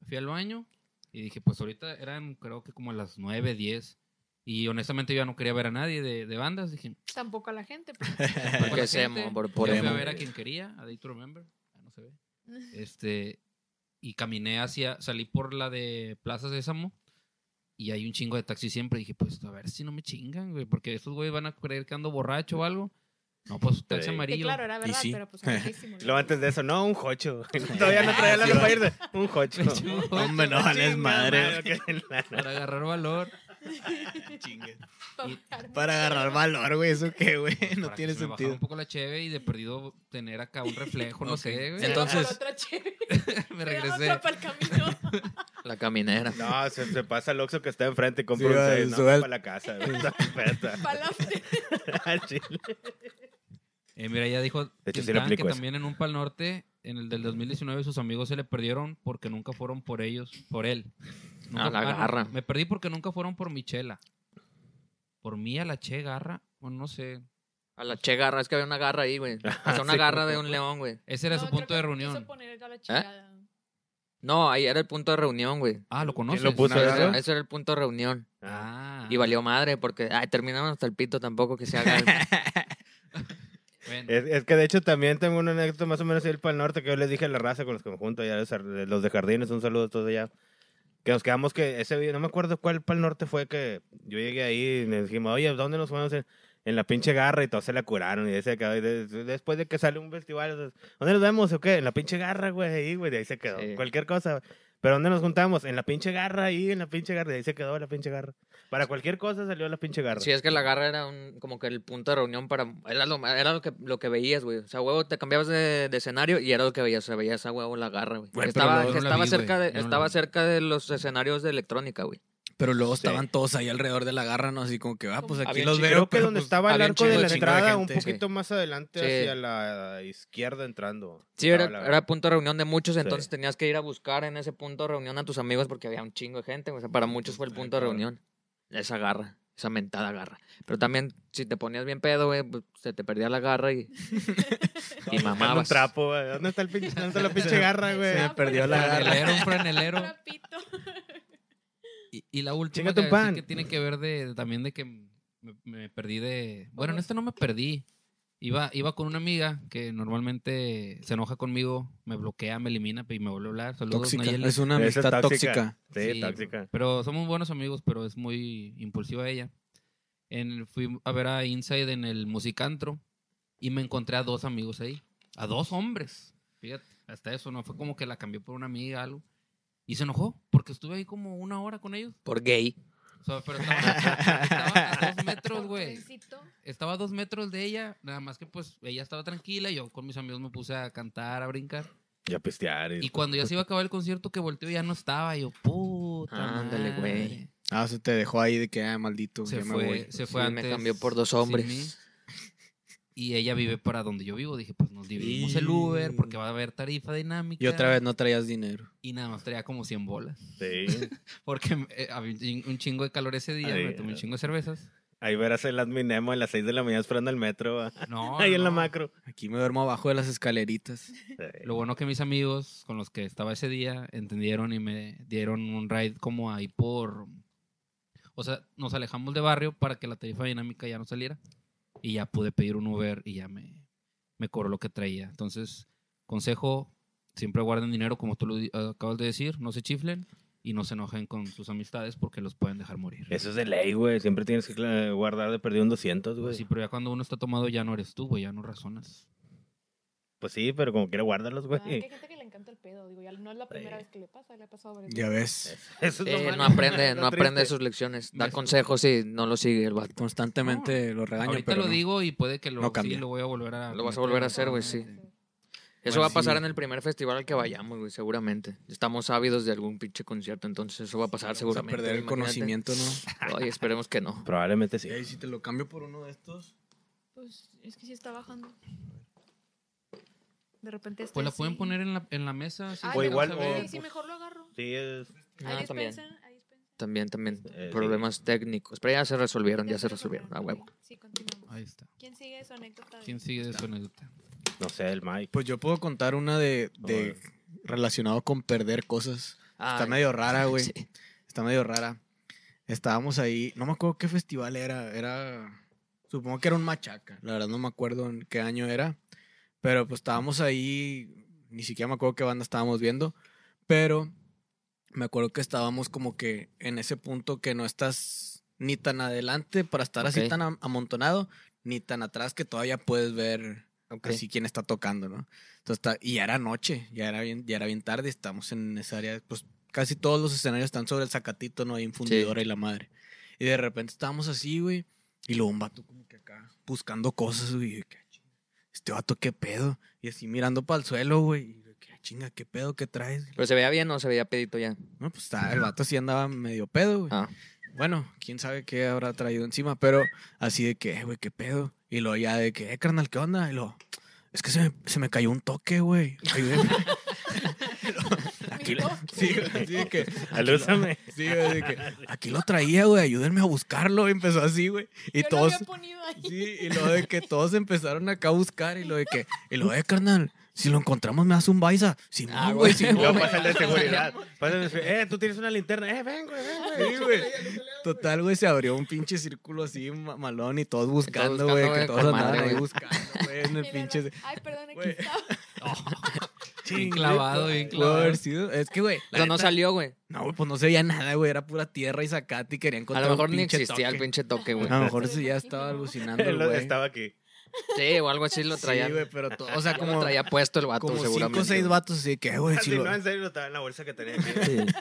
S5: fui al baño y dije, pues ahorita eran creo que como las 9, 10. Y honestamente yo ya no quería ver a nadie de, de bandas. Dije,
S4: Tampoco a la gente. pues.
S5: "Fue
S2: Porque
S5: la
S2: se
S5: gente".
S2: mo- por- por
S5: Yo fui a
S2: emo.
S5: ver a quien quería, a Day to Remember. Ah, no se ve. Este, y caminé hacia, salí por la de Plaza Sésamo y hay un chingo de taxis siempre. Dije, pues a ver si no me chingan, güey, porque estos güeyes van a creer que ando borracho o algo. No, pues taxi
S3: Sí.
S4: Que
S5: amarillo.
S4: claro, era verdad,
S1: sí.
S4: pero pues carísimo.
S3: Lo antes de eso, no, un jocho. Todavía no traía la para ir de un jocho.
S1: Hombre, no, es madre.
S5: Para agarrar valor.
S1: Para agarrar valor, güey, eso qué, güey, no
S5: para que
S1: tiene
S5: se me bajara
S1: sentido.
S5: un poco la cheve y de perdido tener acá un reflejo, no
S1: Ok.
S5: sé, güey.
S1: Entonces-
S5: me
S4: regresé.
S5: regresé.
S4: para el camino.
S2: La caminera.
S3: No, se, se pasa al Oxxo que está enfrente y compra
S1: Sí,
S3: un
S1: va,
S3: seis, no,
S1: suel-
S3: para la casa. güey. Está perfecta.
S4: Para la...
S3: Al chile.
S5: Eh, mira, ya dijo
S3: De hecho, sí le
S5: Tintán que
S3: aplico esa.
S5: también en un Pal Norte, en el del 2019, sus amigos se le perdieron porque nunca fueron por ellos, por él.
S2: Ah, la
S5: no,
S2: garra.
S5: Me perdí porque nunca fueron por Michela. Por mí a la Che Garra, bueno, no sé.
S2: A la che garra, es que había una garra ahí, güey. Hasta una
S3: Ah, Sí.
S2: garra de un león, güey.
S5: Ese era
S4: No,
S5: su
S4: creo
S5: punto
S4: que
S5: de
S4: quiso
S5: reunión. ¿Eh?
S4: poner a la chingada.
S2: No, ahí era el punto de reunión, güey.
S5: Ah, ¿lo conoces?
S3: lo puso?
S2: No,
S3: ¿Eso?
S2: ese, ese era el punto de reunión.
S5: Ah,
S2: Y valió madre porque ay, terminaron hasta el pito tampoco que se haga.
S5: bueno.
S3: Es, es que de hecho también tengo un anécdota más o menos ahí para el norte que yo les dije a la raza con los conjuntos, ya los, ar- los de jardines, un saludo a todos allá. Que nos quedamos que ese día, no me acuerdo cuál para el norte fue que yo llegué ahí y me dijimos, oye, ¿dónde nos vamos? En, en la pinche garra y todos se la curaron. Y ese quedó, y de- después de que sale un festival, ¿dónde nos vemos o qué? En la pinche garra, güey, ahí, güey, de ahí se quedó.
S2: Sí.
S3: Cualquier cosa. Pero ¿dónde nos juntamos? En la pinche garra, ahí, en la pinche garra, de ahí se quedó la pinche garra. Para cualquier cosa salió la pinche garra.
S2: Sí, es que la garra era un- como que el punto de reunión para... Era lo, era lo, que, lo que veías, güey. O sea, huevo, te cambiabas de, de escenario y era lo que veías. O sea, veías a huevo la garra, güey.
S5: Güey,
S2: Que
S5: pero
S2: Estaba,
S5: luego
S2: que
S5: no la
S2: estaba,
S5: vi,
S2: cerca,
S5: güey.
S2: de,
S5: No la
S2: estaba
S5: vi.
S2: cerca de los escenarios de electrónica, güey.
S1: Pero luego
S3: Sí.
S1: estaban todos ahí alrededor de la garra, ¿no? Así como que, ah, pues aquí
S2: Había
S1: los
S2: chico-
S1: veo.
S3: Creo que
S1: pero,
S3: donde
S1: pues,
S3: estaba el
S2: había un
S3: arco de
S2: chingo
S3: la
S2: de
S3: entrada,
S1: gente,
S3: un
S1: sí.
S3: poquito más adelante
S2: Sí.
S3: hacia la izquierda entrando.
S2: Sí,
S3: Estaba
S2: era,
S3: la-
S2: era punto de reunión de muchos, entonces
S3: Sí.
S2: tenías que ir a buscar en ese punto de reunión a tus amigos porque había un chingo de gente. güey. O sea, para muchos fue el
S3: Sí,
S2: punto de
S3: claro.
S2: reunión. Esa garra, esa mentada garra. Pero también, si te ponías bien pedo, güey, pues, se te perdía la garra y, y
S3: Buscando un
S2: mamabas.
S3: trapo, güey. ¿Dónde está, el pinche, dónde está la pinche garra, güey?
S1: Se me perdió la garra.
S5: Franelero, un franelero.
S4: Trapito.
S5: Y, y la última
S3: Chíngate
S5: que,
S3: un
S5: sí
S3: pan.
S5: que tiene que ver de, de- también de que me, me perdí de... Bueno, en esta no me perdí. Iba, iba con una amiga que normalmente se enoja conmigo, me bloquea, me elimina y me vuelve a hablar. Saludos,
S1: Tóxica.
S5: Nayeli.
S1: Es una
S3: Esa
S1: amistad tóxica.
S3: Sí,
S5: Sí,
S3: tóxica.
S5: Pero somos buenos amigos, pero es muy impulsiva ella. En, fui a ver a Inside en el Musicantro y me encontré a dos amigos ahí. A dos hombres. Fíjate, hasta eso, ¿no? Fue como que la cambió por una amiga, algo. Y se enojó porque estuve ahí como una hora con ellos.
S2: Por gay.
S5: O sea, pero estaba, estaba a dos metros, güey.
S4: Trencito.
S5: Estaba a dos metros de ella, nada más que pues ella estaba tranquila. Yo con mis amigos me puse a cantar, a brincar.
S3: Y a pistear. Y,
S5: Y cuando ya se iba a acabar el concierto que volteó ya no estaba. Yo, puta.
S2: Ándale,
S5: madre".
S2: güey.
S1: Ah, se te dejó ahí de que, ah, maldito,
S5: Se
S1: ya me
S5: fue,
S1: voy.
S5: se fue
S2: Sí,
S5: antes.
S2: me cambió por dos
S5: sin
S2: hombres.
S5: mí. Y ella vive para donde yo vivo. Dije, pues nos dividimos el Uber porque va a haber tarifa dinámica.
S1: Y otra vez no traías dinero.
S5: Y nada más traía como 100 bolas.
S3: sí.
S5: Porque eh, había un chin- un chingo de calor ese día.
S3: Ay,
S5: me tomé un
S3: eh.
S5: chingo de cervezas.
S3: Ahí verás el adminemo a las 6 de la mañana esperando el metro. va.
S5: No.
S3: ahí en la
S5: no.
S3: macro.
S1: Aquí me duermo abajo de las escaleritas.
S3: Sí.
S5: Lo bueno que mis amigos con los que estaba ese día entendieron y me dieron un ride como ahí por... O sea, nos alejamos de barrio para que la tarifa dinámica ya no saliera. Y ya pude pedir un Uber y ya me, me cobró lo que traía. Entonces, consejo, siempre guarden dinero como tú lo di- acabas de decir, no se chiflen y no se enojen con sus amistades porque los pueden dejar morir.
S3: Eso es de ley, güey. Siempre tienes que cla- guardar de perdido un 200, güey.
S5: Pues sí, pero ya cuando uno está tomado ya no eres tú, güey, ya no razonas.
S3: Pues sí, pero como quiera, guárdalos, güey.
S4: Ah, que hay gente que le encanta el pedo. Digo, ya no es la primera
S3: Sí.
S4: vez que le pasa, le ha pasado varias
S1: Ya ves.
S3: Eso es lo
S2: Sí,
S3: malo.
S2: Eh, no aprende,
S3: Lo
S2: no aprende
S3: triste.
S2: sus lecciones.
S5: Me
S2: Da
S5: escu-
S2: consejos y no lo sigue el vato.
S1: Constantemente lo regaño,
S5: Ahorita
S1: pero
S5: lo
S1: no.
S5: digo y puede que lo,
S1: No
S5: sí,
S1: cambia. lo
S5: lo voy a volver a...
S2: Lo vas a volver a hacer, güey, sí.
S1: Bueno,
S2: Eso va a pasar
S1: sí.
S2: en el primer festival al que vayamos, güey, seguramente. Estamos ávidos de algún pinche concierto, entonces eso va a pasar
S1: Vamos a
S2: seguramente.
S1: perder el
S2: imagínate.
S1: conocimiento, ¿no?
S2: Ay, esperemos que no.
S3: Probablemente sí.
S1: Y ahí si te lo cambio por uno de estos.
S4: Pues es que sí está bajando. De repente este está
S5: Pues la
S4: así.
S5: pueden poner en la, en la mesa. si
S4: Ah,
S5: quieren
S3: O igual,
S5: saber.
S3: o-
S4: Sí, sí, mejor lo agarro.
S3: Sí, es...
S2: Ah,
S4: Ahí
S2: también.
S4: dispensa, ahí dispensa.
S2: También, también.
S3: Eh, sí.
S2: Problemas técnicos. Pero ya se resolvieron, ya se resolvieron. A
S4: ok.
S2: huevo.
S4: Sí, continuamos.
S5: Ahí está.
S4: ¿Quién sigue su anécdota? de-
S5: ¿Quién sigue de su anécdota?
S3: No sé, el Mike.
S1: Pues yo puedo contar una de, de
S3: Órale.
S1: relacionado con perder cosas. Está
S2: Ay,
S1: medio rara, güey.
S2: sí.
S1: Está medio rara. Estábamos ahí, no me acuerdo qué festival era, era supongo que era un machaca, la verdad no me acuerdo en qué año era, pero pues estábamos ahí, ni siquiera me acuerdo qué banda estábamos viendo, pero me acuerdo que estábamos como que en ese punto que no estás ni tan adelante para estar así
S2: Ok.
S1: tan am- amontonado, ni tan atrás que todavía puedes ver
S2: Ok.
S1: así Pues, quién está tocando, ¿no? Entonces, ta- y ya era noche, ya era bien, ya era bien tarde, estamos en esa área, pues casi todos los escenarios están sobre el Zacatito, ¿no? Hay un fundidora y la madre. Y de repente estábamos así, güey, y luego un vato como que acá, buscando cosas, güey, y yo, "¿Qué chinga? este vato, ¿qué pedo? Y así mirando para el suelo, güey, y yo, ¿qué chinga, qué pedo, qué traes?
S2: Pero se veía bien o se veía pedito ya.
S1: No, pues estaba- el vato sí andaba medio pedo, güey.
S2: Ah.
S1: Bueno, quién sabe qué habrá traído encima, pero así de que, eh, güey, qué pedo. Y luego ya de que, eh, carnal, ¿qué onda? Y luego, es que se me, se me cayó un toque, güey. Ayúdeme. Y luego, aquí lo, sí, güey, así de que, aquí lo,
S3: Alúzame.
S1: sí, güey, de que, aquí lo traía, güey, ayúdenme a buscarlo. Y empezó así, güey. Y
S4: Yo lo
S1: todos,
S4: había ponido ahí.
S1: sí, y lo de que todos empezaron acá a buscar. Y lo de que, y lo de, carnal, si lo encontramos me das un baisa. Sí,
S2: Ah,
S1: güey,
S2: güey.
S1: sí,
S3: Luego
S1: güey.
S3: pasa el de seguridad. Pasa el de seguridad. Eh, tú tienes una linterna. Eh, ven, güey, ven, güey.
S1: Sí, güey. Total, güey, se abrió un pinche círculo así ma- malón y todos buscando,
S2: buscando,
S1: güey, que
S2: güey,
S1: todos
S2: con
S1: andaban
S2: madre,
S1: ahí
S2: güey.
S1: buscando, güey, en el
S4: Mira,
S1: pinche...
S4: Ay, perdón, aquí
S1: Güey.
S4: estaba.
S5: Bien clavado, bien
S1: Pudo
S5: clavado.
S1: haber sido, es que, güey, la
S2: O sea, no
S1: neta-
S2: salió, güey.
S1: No, güey, pues no se veía nada, güey, era pura tierra y zacate y querían
S2: A
S1: encontrar
S2: lo mejor
S1: un
S2: ni
S1: pinche
S2: existía el
S1: toque.
S2: pinche toque, güey.
S1: A lo mejor sí ya estaba alucinando, el
S3: Lo-
S1: güey.
S3: Estaba aquí.
S2: Sí, o algo así lo traía.
S1: Sí, güey, pero, to- o sea,
S2: Ya lo
S1: como,
S2: traía puesto el vato,
S1: como cinco
S2: seguramente.
S1: o seis vatos así de que, güey, sí
S3: Así,
S1: lo-
S3: Ah, no, en serio, lo estaba en la bolsa que tenía aquí.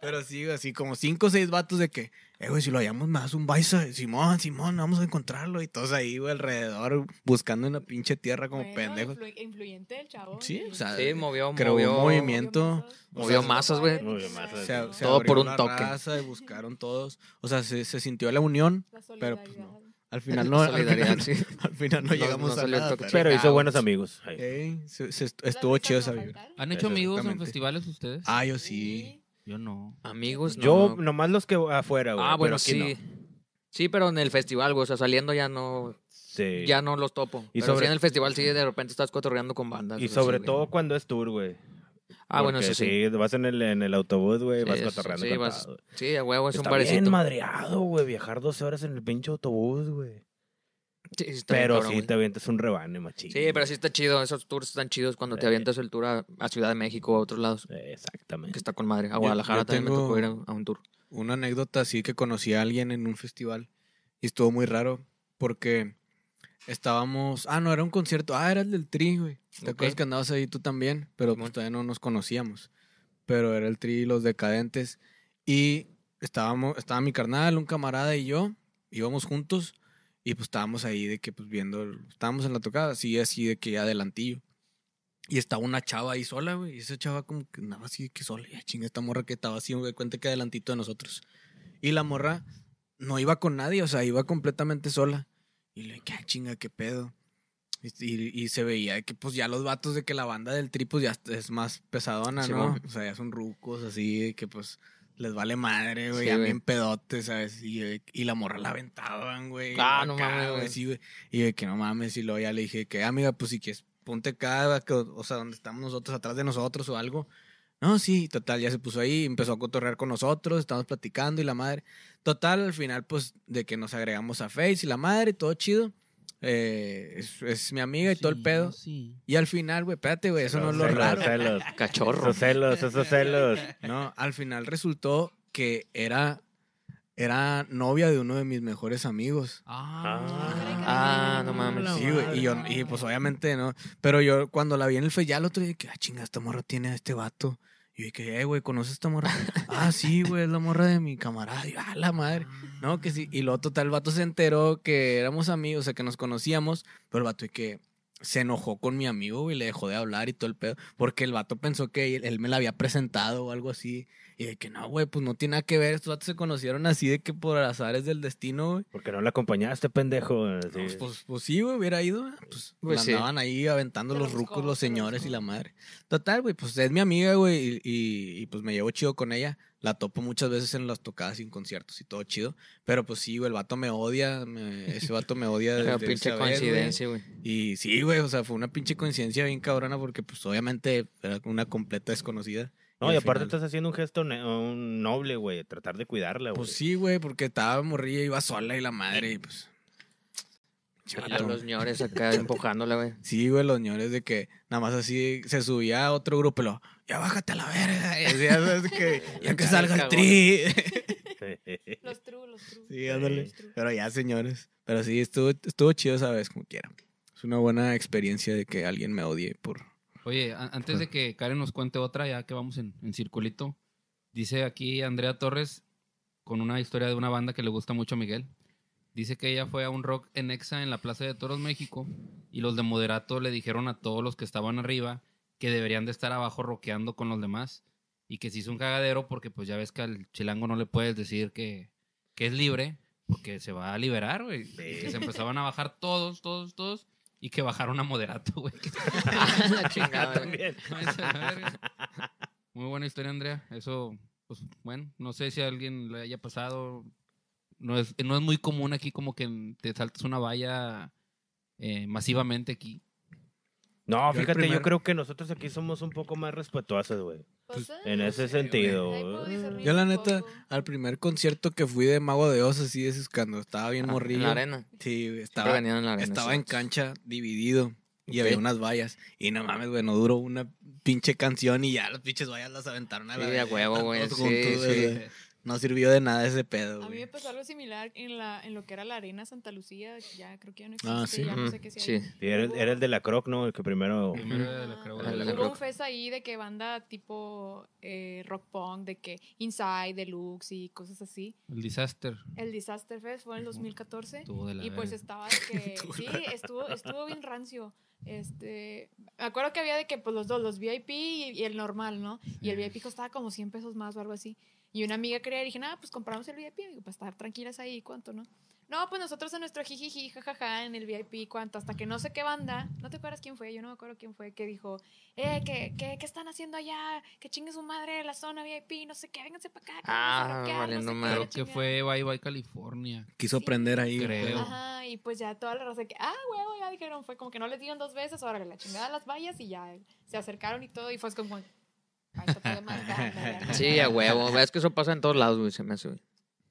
S1: Pero sí, güey, así como cinco o seis vatos de que, eh, güey, si lo hallamos más un baisa, Simón, Simón, vamos a encontrarlo. Y todos ahí, güey, alrededor, buscando en la pinche tierra como
S4: Bueno,
S1: pendejos.
S4: influ- Influyente el chavo.
S1: Sí, o
S4: influyente.
S1: sea,
S2: Sí, movió,
S1: Creó
S2: movió.
S1: un movimiento.
S2: movió masas, güey.
S3: Movió masas.
S1: se, se
S2: Todo
S1: abrió
S2: por un
S1: la
S2: toque.
S1: raza y buscaron todos. O sea, se, se sintió la unión. Pero, pues, no. Al final no,
S2: La
S1: al
S2: solidaridad,
S1: final,
S2: sí.
S1: al final no,
S2: No-
S1: llegamos
S2: no
S1: a
S2: salió el
S1: nada.
S2: toque.
S1: pero-
S3: Pero hizo
S2: Chingados.
S3: buenos amigos. Ay.
S1: Ey, se- se est- estuvo chido esa vibra.
S5: ¿Han hecho amigos en
S1: Exactamente.
S5: festivales ustedes?
S1: Ah, yo sí.
S5: Yo no.
S2: Amigos, Pues no.
S3: Yo, nomás los que afuera, güey.
S2: ah,
S3: pero
S2: bueno,
S3: aquí
S2: sí.
S3: no.
S2: Sí, pero en el festival, güey. O sea, saliendo ya no,
S3: Sí.
S2: ya no los topo.
S3: Y
S2: pero sí
S3: sobre-
S2: en el festival sí de repente estás cotorreando con bandas.
S3: Y
S2: güey,
S3: sobre
S2: sí, güey.
S3: todo cuando es tour, güey.
S2: Ah, bueno,
S3: Porque
S2: eso sí.
S3: Vas en el, en el autobús, güey,
S2: Sí,
S3: vas
S2: es-
S3: cotorreando
S2: sí,
S3: con
S2: vas-
S3: todo.
S2: Sí, a huevo es un
S3: Está
S2: barecito.
S3: bien madreado, güey, viajar 12 horas en el pinche autobús, güey.
S2: Sí, sí, está bien
S3: Pero
S2: cabrón,
S3: sí
S2: güey.
S3: te avientas un rebane, machín.
S2: Sí, pero sí está chido. Esos tours están chidos cuando te
S3: Eh.
S2: avientas el tour a, a Ciudad de México o a otros lados.
S3: Eh,
S2: Que
S3: Exactamente.
S2: está con madre. A
S1: Yo-
S2: Guadalajara
S1: yo
S2: también
S1: tengo-
S2: me tocó ir a, a un tour.
S1: Una anécdota así que conocí a alguien en un festival y estuvo muy raro porque estábamos. Ah, no, era un concierto. Ah, era el del Tri, güey. ¿Te
S2: Ok.
S1: acuerdas que andabas ahí tú también? Pero pues, todavía no nos conocíamos. Pero era el Tri y los Decadentes. Y estábamos, estaba mi carnal, un camarada y yo. Íbamos juntos y pues estábamos ahí de que pues viendo, el- estábamos en la tocada, así, así de que adelantillo. Y estaba una chava ahí sola, güey. Y esa chava como que andaba así de que sola. Y chinga, esta morra que estaba así, güey, cuenta que adelantito de nosotros. Y la morra no iba con nadie, o sea, iba completamente sola. Y le dije, ah, chinga, qué pedo. Y, y- y se veía de que, pues, ya los vatos de que la banda del tri, pues, ya es más pesadona, ¿no?
S2: Simón.
S1: O sea, ya son rucos, así, de que, pues, les vale madre, güey,
S2: Sí,
S1: ya
S2: güey.
S1: bien pedotes, ¿sabes? Y, yo de- y la morra la aventaban, güey.
S2: Ah, no
S1: acá,
S2: mames, güey.
S1: Sí, güey. Y de que no mames, y luego ya le dije que, amiga, pues, si quieres, ponte acá, que- o sea, donde estamos nosotros, atrás de nosotros o algo. No, sí, total, ya se puso ahí, empezó a cotorrear con nosotros, estábamos platicando y la madre. Total, al final, pues, de que nos agregamos a Face y la madre, todo chido. Eh, es, es mi amiga y todo el
S5: Sí,
S1: pedo.
S5: Sí.
S1: Y al final, güey, espérate, güey, eso no es lo
S3: Celos,
S1: raro.
S3: celos.
S2: Cachorro.
S3: Esos celos, esos celos.
S1: No, al final resultó que era, era novia de uno de mis mejores amigos.
S5: Ah.
S2: Ah, no mames.
S1: Sí, güey, y, yo, y pues obviamente no. Pero yo cuando la vi en el fe, ya el otro día, que, ah, chinga, esta morra tiene a este vato. Y yo dije, eh, güey, ¿conoces a esta morra? ah, sí, güey, es la morra de mi camarada. Y yo, ah, la madre. No, que sí. Y luego total, el vato se enteró que éramos amigos, o sea, que nos conocíamos. Pero el vato, y que se enojó con mi amigo, güey, le dejó de hablar y todo el pedo. Porque el vato pensó que él, él me la había presentado o algo así. Y de que no, güey, pues no tiene nada que ver. Estos vatos se conocieron así de que por azares del destino, güey.
S3: Porque no la acompañaste, pendejo. así.
S1: Pues, pues, pues sí, güey, hubiera ido. ¿verdad? Pues,
S2: Pues
S1: la
S2: sí.
S1: andaban ahí aventando
S4: Se
S1: los
S4: lo buscó,
S1: rucos, los
S4: se lo
S1: señores y
S4: buscó.
S1: la madre. Total, güey, pues es mi amiga, güey, y, y- y, pues me llevo chido con ella. La topo muchas veces en las tocadas y en conciertos y todo chido. Pero pues sí, güey, el vato me odia. me- ese vato me odia
S2: Pero
S1: desde
S2: pinche
S1: esa vez, güey.
S2: coincidencia, güey.
S1: y sí, güey, o sea, fue una pinche coincidencia bien cabrona porque pues obviamente era una completa desconocida.
S3: no,
S1: al
S3: y aparte
S1: final-
S3: estás haciendo un gesto ne- un noble, güey. Tratar de cuidarla, güey.
S1: Pues sí, güey, porque estaba morrilla, iba sola y la madre y pues...
S2: Y a los señores acá empujándole, güey.
S1: Sí, güey, los señores de que nada más así se subía a otro grupo y lo, ya bájate a la verga. Y así, ya sabes que, ya que
S2: Ya
S1: salga el
S2: cagó.
S1: tri.
S4: Los true, los true.
S1: Sí, ándale.
S4: Los true.
S1: Pero ya, señores. Pero sí, estuvo, estuvo chido esa vez, como quiera. Es una buena experiencia de que alguien me odie por...
S5: Oye, a- antes de que Karen nos cuente otra, ya que vamos en, en circulito, dice aquí Andrea Torres con una historia de una banda que le gusta mucho a Miguel. Dice que ella fue a un rock en Exa en la Plaza de Toros, México, y los de Moderato le dijeron a todos los que estaban arriba que deberían de estar abajo rockeando con los demás y que se hizo un cagadero porque pues ya ves que al chilango no le puedes decir que, que es libre porque se va a liberar, güey. Y Que se empezaban a bajar todos, todos, todos y que bajaron a Moderato, güey.
S2: la chingada, güey.
S3: También.
S5: No, esa verga. Muy buena historia, Andrea. Eso, pues, bueno, no sé si a alguien le haya pasado. No es, no es muy común aquí como que te saltas una valla eh, masivamente aquí.
S3: No,
S1: Yo el
S3: fíjate, yo
S1: primero.
S3: creo que nosotros aquí somos un poco más respetuosos, güey.
S4: Pues, ah,
S3: En
S4: no
S3: ese
S4: sé,
S3: sentido.
S4: ahí puedo
S3: güey.
S4: discernir
S1: Yo la
S4: un
S1: neta,
S4: poco.
S1: al primer concierto que fui de Mago de Oz, así es cuando estaba bien
S2: Ah,
S1: morrido.
S2: En la arena.
S1: Sí, güey,
S2: Siempre
S1: estaba,
S2: venían en la arena.
S1: estaba
S2: sí.
S1: en cancha dividido y había
S2: Ok.
S1: unas vallas. Y no mames, güey, no duró una pinche canción y ya las pinches vallas las aventaron a la
S2: Sí, a
S1: verga,
S2: huevo,
S1: todos
S2: güey, Eh, sí,
S1: juntos,
S2: sí.
S1: güey. No sirvió de nada ese pedo,
S4: A mí me
S1: güey.
S4: pasó algo similar en, la, en lo que era la Arena Santa Lucía. Ya creo que ya no existe.
S1: Ah, sí.
S4: Ya no sé
S2: Ujú,
S4: qué sea.
S2: Mm, Sí.
S3: Sí,
S1: Uh.
S3: era, el- era el de la Croc, ¿no? El que primero.
S5: Primero era de la
S4: Ah,
S5: Creu-
S2: Era de la
S4: hubo
S2: Creu-
S4: un fest ahí de que banda tipo eh, rock punk, de que Inside, Deluxe y cosas así.
S5: El disaster.
S4: El Disaster Fest fue en el 2014.
S5: Estuvo de la
S4: Y pues
S5: verga.
S4: estaba de que sí, estuvo, estuvo bien rancio. Este, me acuerdo que había de que pues los dos, los VIP y, y el normal, ¿no? Y el
S5: Sí.
S4: VIP costaba como 100 pesos más o algo así. Y una amiga quería, y dije, nada, pues compramos el VIP, digo, para estar tranquilas ahí, ¿cuánto, no? No, pues nosotros en nuestro jijiji, jajaja, en el VIP, ¿cuánto? Hasta que no sé qué banda, ¿no te acuerdas quién fue? Yo no me acuerdo quién fue, que dijo, eh, ¿qué, qué, qué están haciendo allá? Que chingue su madre la zona VIP, no sé qué, vénganse para acá. que
S2: Ah,
S4: vamos a rockear,
S2: valiendo
S4: sé qué,
S2: madre.
S5: Creo
S4: la
S5: que
S4: chingada".
S5: fue Bye Bye California.
S1: Quiso
S4: Sí.
S1: aprender ahí. güey.
S5: Creo.
S4: Ajá, y pues ya toda la raza que, ah, huevo, ya dijeron, fue como que no les dieron dos veces, ahora la chingada a las vallas y ya se acercaron y todo, y fue como, "Ah, esto puede más banda, ya".
S2: Sí, a huevo. Es que eso pasa en todos lados, güey. Se me hace, güey.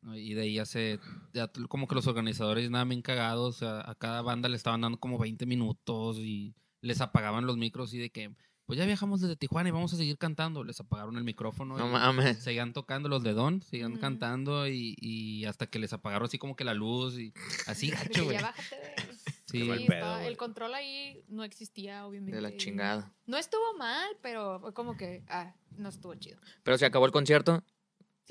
S5: ¿no? Y de ahí ya se. ya t- como que los organizadores nada bien cagados. o sea, a cada banda le estaban dando como 20 minutos y les apagaban los micros y de que. Pues ya viajamos desde Tijuana y vamos a seguir cantando. Les apagaron el micrófono.
S2: No
S5: y-
S2: mames.
S5: seguían tocando los de Don, seguían
S4: Ujú.
S5: cantando y, y hasta que les apagaron así como que la luz y así
S4: De
S5: gacho,
S4: que
S5: güey.
S4: ya bájate de...
S5: Sí,
S3: mal
S4: Sí,
S3: pedo,
S4: estaba-
S3: güey.
S4: el control ahí no existía, obviamente.
S2: De la chingada.
S4: No estuvo mal, pero fue como que, ah, no estuvo chido.
S2: Pero se acabó el concierto.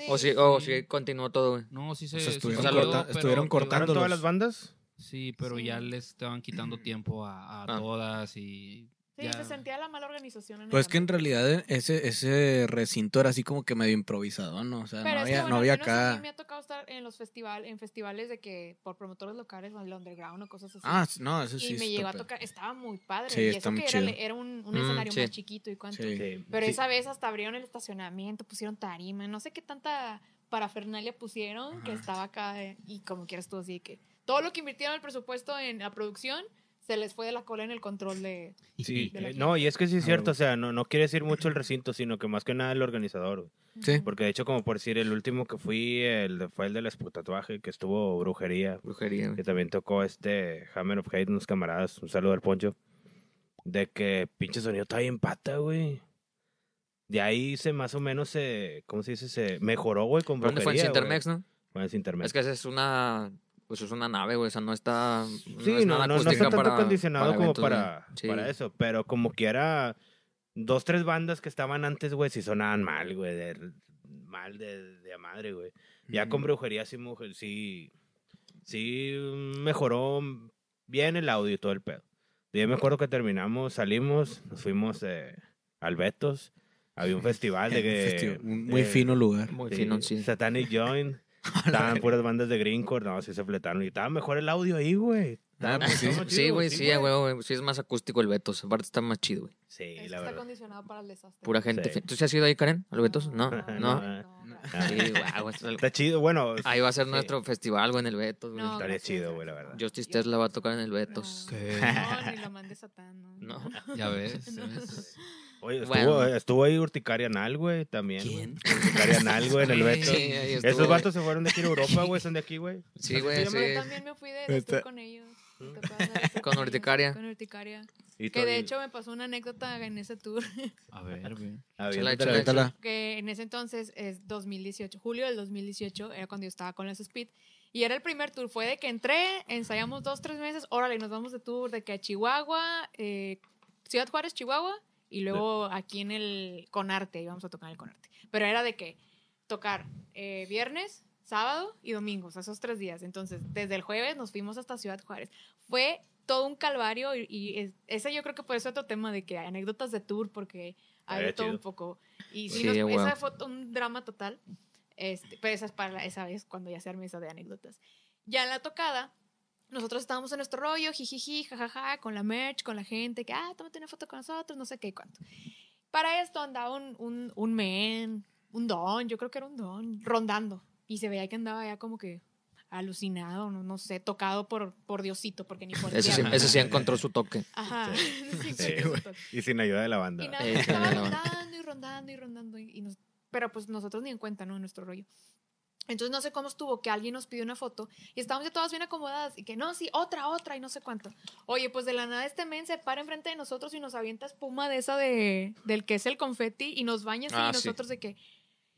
S2: O sí, o sí continuó todo, güey.
S5: No, sí se,
S1: O sea,
S5: sí se
S1: estuvieron
S5: salió,
S2: corta-
S5: pero
S1: estuvieron
S5: te-
S1: cortando.
S3: ¿Cortaron todas las bandas?
S5: Sí, pero
S4: Sí.
S5: ya les estaban quitando tiempo a, a
S2: Ah.
S5: todas y
S4: Sí,
S5: ya-
S4: se sentía la mala organización. En
S1: Pues
S4: el
S1: que en
S4: momento.
S1: realidad ese, ese recinto era así como que medio improvisado, ¿no? O sea,
S4: Pero
S1: no
S4: es que,
S1: había,
S4: bueno,
S1: no
S4: al
S1: había
S4: menos a mí
S1: acá.
S4: me ha tocado estar en los festival, en festivales de que por promotores locales o el underground o cosas así.
S1: Ah, s- no, eso sí.
S4: y me
S1: está
S4: llegó a
S1: pedo.
S4: tocar, estaba muy padre.
S1: Sí,
S4: y
S1: está
S4: eso
S1: muy
S4: que era,
S1: chido.
S4: le- era un, un
S2: Mm,
S4: escenario
S2: sí.
S4: más chiquito y cuánto.
S1: Sí.
S4: Pero
S3: Sí.
S4: esa vez hasta abrieron el estacionamiento, pusieron tarima, no sé qué tanta parafernalia pusieron que
S1: Ajá.
S4: estaba acá eh, y como quieras tú, así que todo lo que invirtieron el presupuesto en la producción se les fue de la cola en el control de...
S3: Sí,
S4: De la
S3: eh,
S4: gira.
S3: no, y es que sí es
S1: Ah,
S3: cierto,
S1: güey.
S3: o sea, no, no quiere decir mucho el recinto, sino que más que nada el organizador. güey.
S1: Sí.
S3: Porque de hecho, como por decir, el último que fui el de- fue el del esputatuaje, que estuvo brujería,
S2: Brujería,
S3: que
S2: güey.
S3: también tocó este Hammer of Hate, unos camaradas, un saludo al poncho, de que pinche sonido está bien pata, güey. De ahí se más o menos se, ¿cómo se dice? Se mejoró, güey, con
S2: ¿Dónde fue? En
S3: brujería, güey.
S2: Cintermex, ¿no?
S3: Fue en Cintermex.
S2: Es que esa es una. Pues es una nave, güey. O sea, no está.
S3: Sí,
S2: es
S3: no,
S2: nada
S3: no, no
S2: acústica
S3: está tanto
S2: para-
S3: condicionado como
S2: eventos, güey.
S3: para,
S2: Sí.
S3: para eso, pero como quiera, dos, tres bandas que estaban antes, güey, sí sonaban mal, güey, de- mal de, de a madre, güey. Ya
S1: Mm,
S3: con brujería sí, mujer, sí, sí mejoró bien el audio y todo el pedo. Yo me acuerdo que terminamos, salimos, nos fuimos eh, al Betos, había un festival de que...
S1: Festivo, un muy
S3: de-
S1: fino lugar.
S2: Muy
S3: Sí,
S2: fino, sí.
S3: Satanic Joint. Estaban puras bandas de Greencore, no, sí se fletaron. Y estaba mejor el audio ahí, güey. Estaba
S1: Ah, pues
S3: mucho
S1: sí.
S3: más
S2: Sí,
S3: chido,
S2: güey, sí, a huevo, güey. Sí, es más acústico el Betos. Aparte está más chido, güey.
S3: Sí,
S4: Eso
S3: la
S4: está
S3: verdad.
S4: condicionado para el desastre.
S2: Pura gente.
S3: Sí.
S2: fin- ¿Tú sí has ido ahí, Karen? ¿Al Betos? No,
S4: no,
S2: no.
S4: no, no.
S2: Sí,
S3: Ah,
S2: guau, es el-
S3: Está chido, bueno.
S2: Ahí va a ser
S3: sí,
S2: nuestro festival, güey, en el Betos, güey.
S4: No.
S3: Estaría chido, güey, la verdad.
S2: Justice Tesla va a tocar en el Betos.
S4: No,
S5: ¿Qué?
S4: no, ni lo mande Satán, no.
S2: No.
S5: ya ves. ya ves.
S3: Oye, estuvo,
S2: Bueno.
S3: estuvo ahí Urticaria Anal, güey, también.
S5: ¿Quién?
S3: güey. Urticaria Anal, güey, en el
S5: Sí,
S3: Beto.
S2: Sí, ahí estuvo,
S3: Esos
S2: güey.
S3: vatos se fueron de aquí a Europa, güey, son de aquí, güey.
S2: Sí, güey,
S4: Yo
S2: sí.
S4: también me fui de, de tour
S1: Está-
S4: con ellos. te puedas dar ese
S2: Con
S4: rollo,
S2: urticaria.
S4: Con urticaria.
S3: Y
S4: Que
S3: to-
S4: de
S3: y-
S4: hecho me pasó una anécdota en ese tour.
S5: A ver, güey.
S3: Ah, bien,
S2: Chela,
S3: te
S2: chela.
S3: la-
S1: Cuéntala.
S4: que en ese entonces es 2018, julio del 2018, era cuando yo estaba con las Speed. Y era el primer tour, fue de que entré, ensayamos dos, tres meses, órale, nos vamos de tour de que a Chihuahua, eh, Ciudad Juárez, Chihuahua, y luego aquí en el Conarte, íbamos a tocar en el Conarte. Pero era de que tocar eh, viernes, sábado y domingos, esos tres días. Entonces, desde el jueves nos fuimos hasta Ciudad Juárez. Fue todo un calvario y, y es- ese yo creo que por eso otro tema de que anécdotas de tour, porque hay de
S3: Estaría
S4: todo un
S3: chido.
S4: poco. Y sí,
S2: Sí,
S4: nos-
S2: a huevo.
S4: esa fue un drama total. Este, pero esa es para la- esa vez cuando ya se arme esa de anécdotas. Ya en la tocada, nosotros estábamos en nuestro rollo, jijiji, jajaja, con la merch, con la gente, que, ah, tómate una foto con nosotros, no sé qué y cuánto. Para esto andaba un, un, un men, un don, yo creo que era un don, rondando. Y se veía que andaba ya como que alucinado, no, no sé, tocado por, por Diosito, porque ni por el
S2: Ese sí,
S4: diablo.
S2: ese sí encontró su toque.
S4: Ajá.
S3: Sí,
S4: Sí, por
S3: güey.
S4: Diosito.
S3: Y sin ayuda de la banda.
S4: Y nada,
S2: Eh,
S4: estaba
S2: claro.
S4: rondando y rondando y rondando. Y, y nos- pero pues nosotros ni en cuenta, ¿no? Nuestro rollo. Entonces no sé cómo estuvo que alguien nos pidió una foto y estábamos ya todas bien acomodadas y que no, sí, otra, otra y no sé cuánto. Oye, pues de la nada este men se para enfrente de nosotros y nos avienta espuma de esa de, del que es el confeti y nos baña así
S2: Ah,
S4: y
S2: sí.
S4: nosotros de que,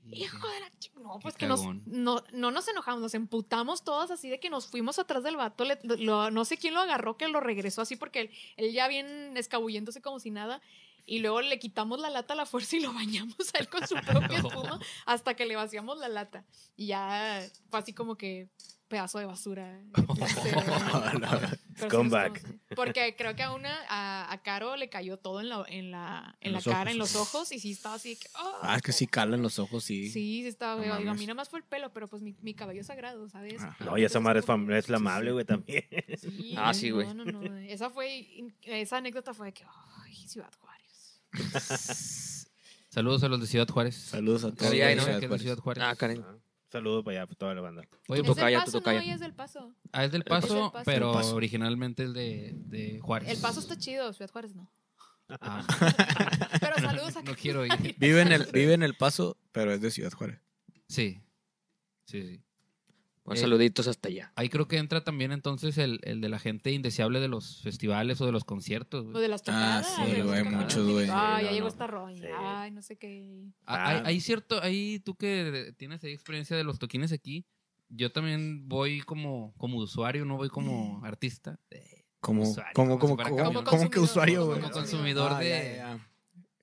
S4: hijo de la chi-". No, pues
S5: Qué
S4: que nos,
S5: cagón.
S4: no, no nos enojamos, nos emputamos todas así de que nos fuimos atrás del vato. le- lo- no sé quién lo agarró, que lo regresó así porque él, él ya bien escabulléndose como si nada. Y luego le quitamos la lata a la fuerza y lo bañamos a él con su propia espuma hasta que le vaciamos la lata. Y ya fue así como que pedazo de basura. Este,
S1: Oh,
S4: pero sí
S3: Comeback.
S4: nos quedamos- Porque creo que a una, a, a Caro le cayó todo en la, en la, en
S1: En
S4: la
S1: los
S4: cara,
S1: ojos.
S4: en los ojos, y sí estaba así. que, "Ah",
S1: Ah, es que sí calan los ojos, sí.
S4: Sí, sí estaba
S1: No
S4: feo. Digo, a mí
S1: mames.
S4: nada más fue el pelo, pero pues mi, mi cabello sagrado, ¿sabes?
S1: Ajá.
S3: No, y esa
S4: Entonces,
S3: madre es,
S4: como
S3: fam-
S4: que-
S3: es flamable, güey, también.
S4: Sí,
S2: Ah, sí, güey.
S4: No, no, no. Esa fue, in- esa anécdota fue de que, ay, Ciudad Juárez.
S5: Saludos a los de Ciudad Juárez.
S1: Saludos a todos.
S2: Sí,
S5: Saludos
S2: ahí,
S1: de
S2: ¿no?
S1: Ciudad
S5: que es de
S1: Juárez.
S5: Ciudad Juárez. pues,
S2: Ah, Karen.
S3: Saludos para allá, para toda la banda.
S2: Oye,
S4: Es
S2: tu
S4: del
S2: calla,
S4: paso,
S2: tu
S4: no,
S2: calla.
S4: Ella es del paso.
S5: Ah, es del
S4: Paso.
S5: Paso,
S4: Es del Paso.
S5: pero
S1: Del Paso.
S5: originalmente el de, de Juárez.
S4: El paso está chido, Ciudad Juárez no.
S5: Ah,
S4: Pero saludos a
S5: no quiero ir.
S1: Vive en, el, vive en El Paso, pero es de Ciudad Juárez.
S5: Sí. Sí, sí.
S2: Pues
S5: Eh,
S2: saluditos hasta allá.
S5: Ahí creo que entra también entonces el, el de la gente indeseable de los festivales o de los conciertos. güey.
S4: O de las tocadas.
S1: sí,
S4: de los
S1: güey,
S4: tocadas.
S1: muchos, güey.
S4: Ay,
S3: Sí,
S4: ya
S3: no,
S4: llegó
S3: no.
S4: esta roña.
S3: Sí.
S4: Ay, no sé qué.
S5: Ah, Hay,
S3: Ah.
S5: hay cierto, ahí tú que tienes ahí experiencia de los toquines aquí, yo también voy como, como usuario, no voy
S4: Mm.
S5: como artista.
S1: Como,
S5: Usuario,
S1: como,
S5: como
S1: como,
S5: si fuera
S1: como-
S5: camión.
S1: como que usuario, güey.
S4: Como
S5: Como consumidor
S1: Ah,
S5: de-
S1: ya, ya, ya.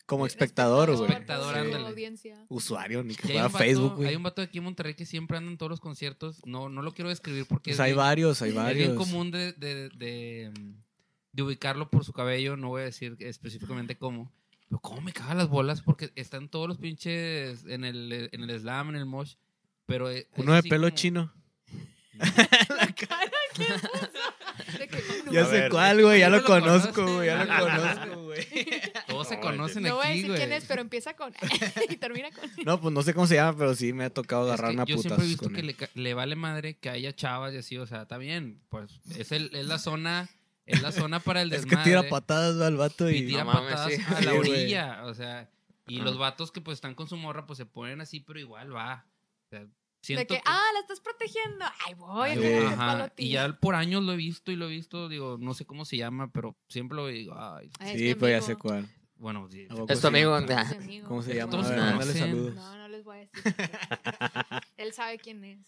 S1: Como espectador, güey.
S5: Espectador,
S4: público,
S5: ándale.
S4: audiencia.
S1: Usuario, ni que
S5: Y hay,
S1: fuera
S5: un vato,
S1: Facebook,
S5: hay
S1: güey.
S5: un vato aquí en Monterrey que siempre anda en todos los conciertos. No, no lo quiero describir porque
S1: Pues
S5: es
S1: hay
S5: bien-
S1: varios, hay
S4: es
S5: Es
S1: varios.
S5: bien común de, de- de, mm, de ubicarlo por su cabello, no voy a decir específicamente cómo. Pero cómo me cagan las bolas porque están todos los pinches en el, en el slam, en el mosh. Pero eh,
S1: Uno
S5: es
S1: de
S5: así
S1: pelo
S5: como-
S1: chino.
S4: La cara que puso. De que, no,
S1: Ya
S3: A
S1: sé
S3: ver,
S1: cuál, güey. Ya
S5: ¿tú no
S1: lo
S5: lo
S1: conozco,
S5: conoces?
S1: güey. Ya lo
S5: Ah.
S1: conozco, güey.
S5: Todos se
S3: No,
S5: conocen
S4: no voy a
S5: aquí,
S4: decir
S5: güey.
S4: quién es, pero empieza con. y termina con.
S1: No, pues no sé cómo se llama, pero sí me ha tocado
S5: Es que
S1: agarrar una
S5: yo siempre he
S1: putas
S5: visto
S1: con
S5: que
S1: él.
S5: le, ca- le vale madre que haya chavas y así, o sea, está bien, pues es, el, es la zona, es la zona para el
S1: Es que
S5: desmadre.
S1: tira patadas al vato
S5: y
S1: y.
S5: tira
S2: No mames,
S5: patadas
S2: sí.
S5: a la
S1: Sí, güey.
S5: orilla, o sea, y
S2: Ajá.
S5: los vatos que pues están con su morra pues se ponen así, pero igual va. O sea, siento
S4: De que, ah, la estás protegiendo. Ay, voy,
S1: Ay,
S4: acá
S1: güey.
S4: te
S5: Ajá,
S4: palo a ti.
S5: y ya por años lo he visto y lo he visto, digo, no sé cómo se llama, pero siempre lo digo, ay,
S4: Ay, Ah, es
S1: Sí,
S4: mi
S1: pues ya
S4: amigo.
S1: sé cuál.
S5: bueno, sí,
S1: ¿A
S3: Pues
S1: poco
S2: Es tu
S1: sí?
S2: amigo.
S4: Es mi amigo.
S1: ¿Cómo se
S4: Pero
S1: llama?
S5: Todos
S1: A ver,
S5: se
S1: mándale
S5: conocen.
S1: saludos.
S4: No, no les voy a decir. Él sabe quién es.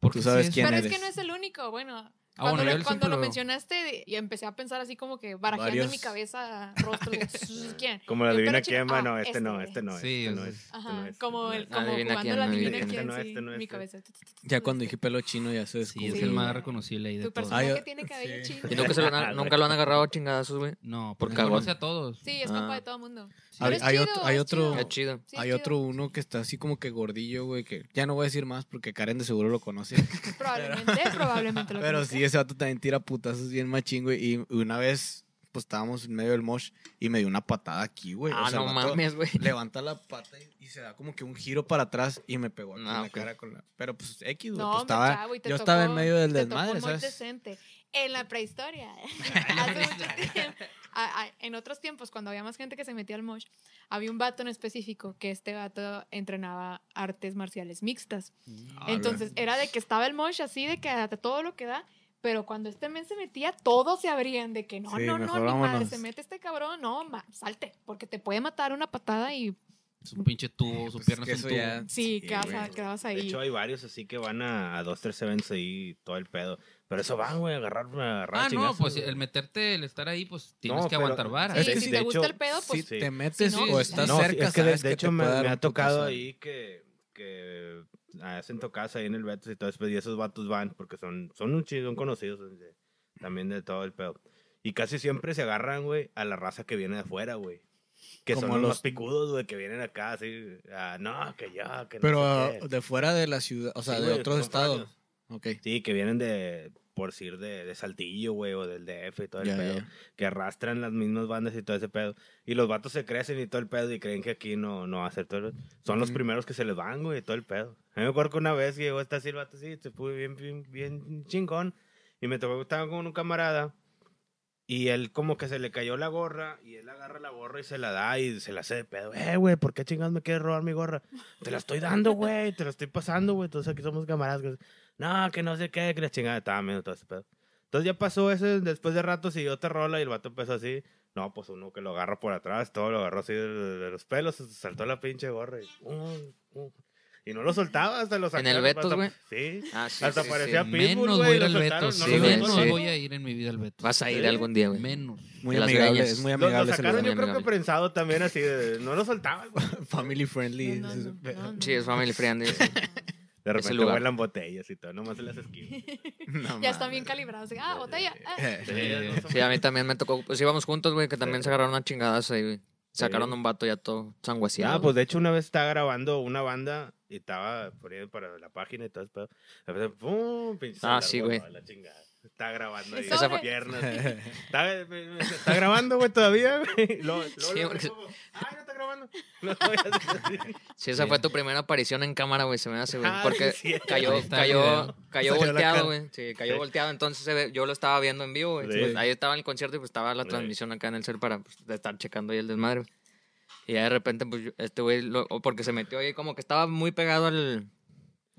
S5: porque
S1: Tú sabes
S5: sí es-
S1: quién
S4: Pero
S1: eres.
S4: es que no es el único, bueno.
S5: Ah,
S4: cuando
S5: bueno, yo
S4: lo,
S5: él
S4: cuando
S5: siempre
S4: lo
S5: lo-
S4: mencionaste, y empecé a pensar así como que barajeando en mi
S1: Varios.
S4: cabeza rostros. de, ¿Quién?
S3: Como la
S4: Y el
S3: divina
S4: pelo chino,
S3: quién,
S4: ah,
S3: mano. Este no,
S4: este.
S3: este no,
S5: Sí,
S3: este no
S5: es-
S3: es. este
S4: Ajá,
S3: no es,
S4: como, el,
S3: este no
S4: como
S2: Adivina
S4: jugando
S2: quién,
S4: la
S2: adivina
S4: divina
S2: quién.
S4: quién,
S3: Este no,
S4: sí,
S3: este no,
S4: mi
S3: este.
S4: cabeza.
S1: Ya cuando dije pelo chino ya se
S5: sí,
S1: descubrió.
S5: es el más reconocible ahí de
S4: Tu
S5: todos.
S1: Ah, yo-
S4: personaje tiene cabello
S1: sí.
S4: chido.
S2: Y nunca, se lo
S3: Ah,
S2: han- nunca lo han agarrado a chingadazos, güey.
S5: No,
S2: Por
S5: porque
S2: cagón.
S5: conoce a todos.
S4: Sí, es
S2: Ah.
S4: compa de todo mundo.
S1: Hay,
S5: Sí.
S4: Pero es
S1: hay
S4: chido,
S1: otro, hay
S4: es
S1: otro,
S4: chido.
S2: Qué chido.
S4: Sí,
S1: hay
S4: chido.
S1: otro uno que está así como que gordillo, güey, que ya no voy a decir más porque Karen de seguro lo conoce.
S4: Probablemente, probablemente lo
S1: Pero
S4: conozca.
S1: sí, ese vato también tira putazos bien machín, güey. Y una vez, pues estábamos en medio del mosh y me dio una patada aquí, güey. O
S2: Ah,
S1: sea,
S2: no
S1: el vato
S2: mames, güey.
S1: Levanta la pata y, y se da como que un giro para atrás y me pegó aquí
S2: Ah,
S1: en la
S2: ok.
S1: cara con la. Pero pues X, güey.
S4: No,
S1: pues,
S4: hombre,
S1: estaba,
S4: chavo, y te
S1: yo estaba en
S4: tocó-
S1: medio del
S4: te tocó
S1: desmadre,
S4: muy
S1: ¿sabes?
S4: decente. En la prehistoria. ¿eh? Hace mucho tiempo. A- a- en otros tiempos, cuando había más gente que se metía al mosh, había un vato en específico que este vato entrenaba artes marciales mixtas.
S1: Ah,
S4: Entonces era de que estaba el mosh así, de que a todo lo que da, Pero cuando este men se metía, todos se abrían de que no,
S1: Sí,
S4: no, no,
S1: mejor
S4: ni madre,
S1: vámonos.
S4: se mete este cabrón, no, ma, salte, porque te puede matar una patada y
S5: Su pinche tubo, su
S1: Pues es
S5: pierna
S1: que
S5: es
S1: eso
S5: un tubo.
S1: ya- Sí,
S4: sí, quedas-
S1: güey.
S4: quedabas
S5: Ah,
S3: De
S4: ahí.
S3: hecho, hay varios así que van a, a dos, tres events ahí, todo el pedo. Pero eso va, güey, a agarrar, a agarrar
S5: Ah, no,
S3: chingazos,
S5: pues
S3: güey.
S5: el meterte, el estar ahí, pues tienes
S3: No,
S5: que
S3: pero-
S5: aguantar vara.
S4: Sí,
S3: Es que
S4: si
S3: de
S4: te gusta
S3: hecho,
S4: el pedo, pues
S1: si te metes
S4: no,
S1: o
S4: sí.
S1: estás
S3: No, sí,
S1: cerca,
S3: es que de,
S1: sabes
S3: de
S1: que
S3: hecho
S1: te
S3: me,
S1: puede dar
S3: me ha
S1: un
S3: tocado
S1: putazo.
S3: ahí que, que hacen tocadas ahí en el Betis y todo eso, pues, y esos vatos van porque son, son un chido, son conocidos son de- también de todo el pedo. Y casi siempre se agarran, güey, a la raza que viene de afuera, güey. Que
S1: Como
S3: son los,
S1: los-
S3: más picudos, güey, que vienen acá así, ah, no, que ya, que no
S1: Pero
S3: sé
S1: ah,
S3: qué.
S1: de fuera de la ciudad, o sea,
S3: Sí,
S1: de
S3: güey, que
S1: otros
S3: son
S1: estados.
S3: foráneos.
S1: Ok.
S3: Sí, que vienen de, por decir, de, de Saltillo, güey, o del DF y todo el
S1: Ya,
S3: pedo.
S1: ya.
S3: Que arrastran las mismas bandas y todo ese pedo. Y los vatos se crecen y todo el pedo y creen que aquí no, no va a ser todo el... Son los
S1: Ujú.
S3: primeros que se les van, güey, y todo el pedo. A mí me acuerdo que una vez llegó esta así el vato así, se puso bien, bien, bien chingón. Y me tocó que estaba con un camarada. Y él como que se le cayó la gorra y él agarra la gorra y se la da y se la hace de pedo. Eh, güey, ¿por qué chingados me quieres robar mi gorra? Te la estoy dando, güey, te la estoy pasando, güey. Entonces aquí somos camaradas. que- No, que no sé qué, que la chingada estaba medio todo ese pedo. Entonces ya pasó ese, después de rato siguió otra rola y el vato empezó así. No, pues uno que lo agarra por atrás, todo lo agarró así de, de los pelos, se saltó la pinche gorra y... uh, uh. Y no lo soltaba hasta los
S2: ¿En el Betos, güey?
S3: Sí.
S2: Ah, sí,
S3: Hasta
S2: sí, sí.
S3: parecía Pitbull, güey.
S5: Menos voy a ir
S3: lo
S5: al
S3: soltaron,
S5: Beto.
S3: no
S5: Sí,
S3: lo
S2: güey,
S5: menos
S3: soltaron.
S2: sí.
S5: voy a ir en mi vida al Beto.
S2: Vas a ir
S3: Sí.
S2: algún día, güey.
S5: Menos.
S1: Muy
S2: De las
S1: amigable,
S2: greñas.
S1: es muy
S3: Lo, lo
S1: amigable ese
S3: sacaron yo
S1: lugar.
S3: creo que prensado también así de... No lo soltaba, güey.
S1: Family friendly.
S4: No, no,
S1: dices,
S4: no,
S1: ve-
S4: no, no.
S2: Sí, es family friendly. sí.
S3: De repente
S2: lugar.
S3: vuelan botellas y todo, nomás en las esquinas.
S1: no
S4: Ya están bien
S1: mames.
S4: calibrados. de, Ah, botella. ah.
S1: Eh,
S3: ellas no son-
S2: Sí, a mí también me tocó. Pues íbamos juntos, güey, que también
S3: Sí.
S2: se agarraron una chingadaza ahí, güey. Sacaron
S3: Sí.
S2: un vato ya todo sanguaseado.
S3: Ah, pues de hecho una vez estaba grabando una banda y estaba poniendo para la página y todo eso. De repente, ¡pum! Pinche
S2: Ah,
S3: celular,
S2: sí,
S3: güey,
S2: güey.
S3: no, la chingada. Está grabando ahí.
S4: Esa
S3: Esa
S4: fue-
S3: piernas. Está, está grabando, güey, todavía, güey. Lo, lo,
S2: Sí,
S3: lo-
S2: porque-
S3: como, Ay, no está grabando. No, todavía-
S2: Sí, esa fue tu primera aparición en cámara, güey, se me hace, güey.
S3: Ah,
S2: Porque
S3: sí, cierto.
S2: cayó,
S5: Ahí está el
S2: cayó,
S5: video.
S2: cayó
S1: Salió la cara.
S2: volteado, güey. Sí, cayó
S3: Sí.
S2: volteado. Entonces se ve- yo lo estaba viendo en vivo, güey.
S3: Sí.
S2: Pues, ahí estaba en el concierto y pues estaba la
S3: Sí.
S2: transmisión acá en el cel para pues, de estar checando ahí el desmadre. güey. Y ya de repente, pues yo- este güey, lo- o porque se metió ahí, como que estaba muy pegado al,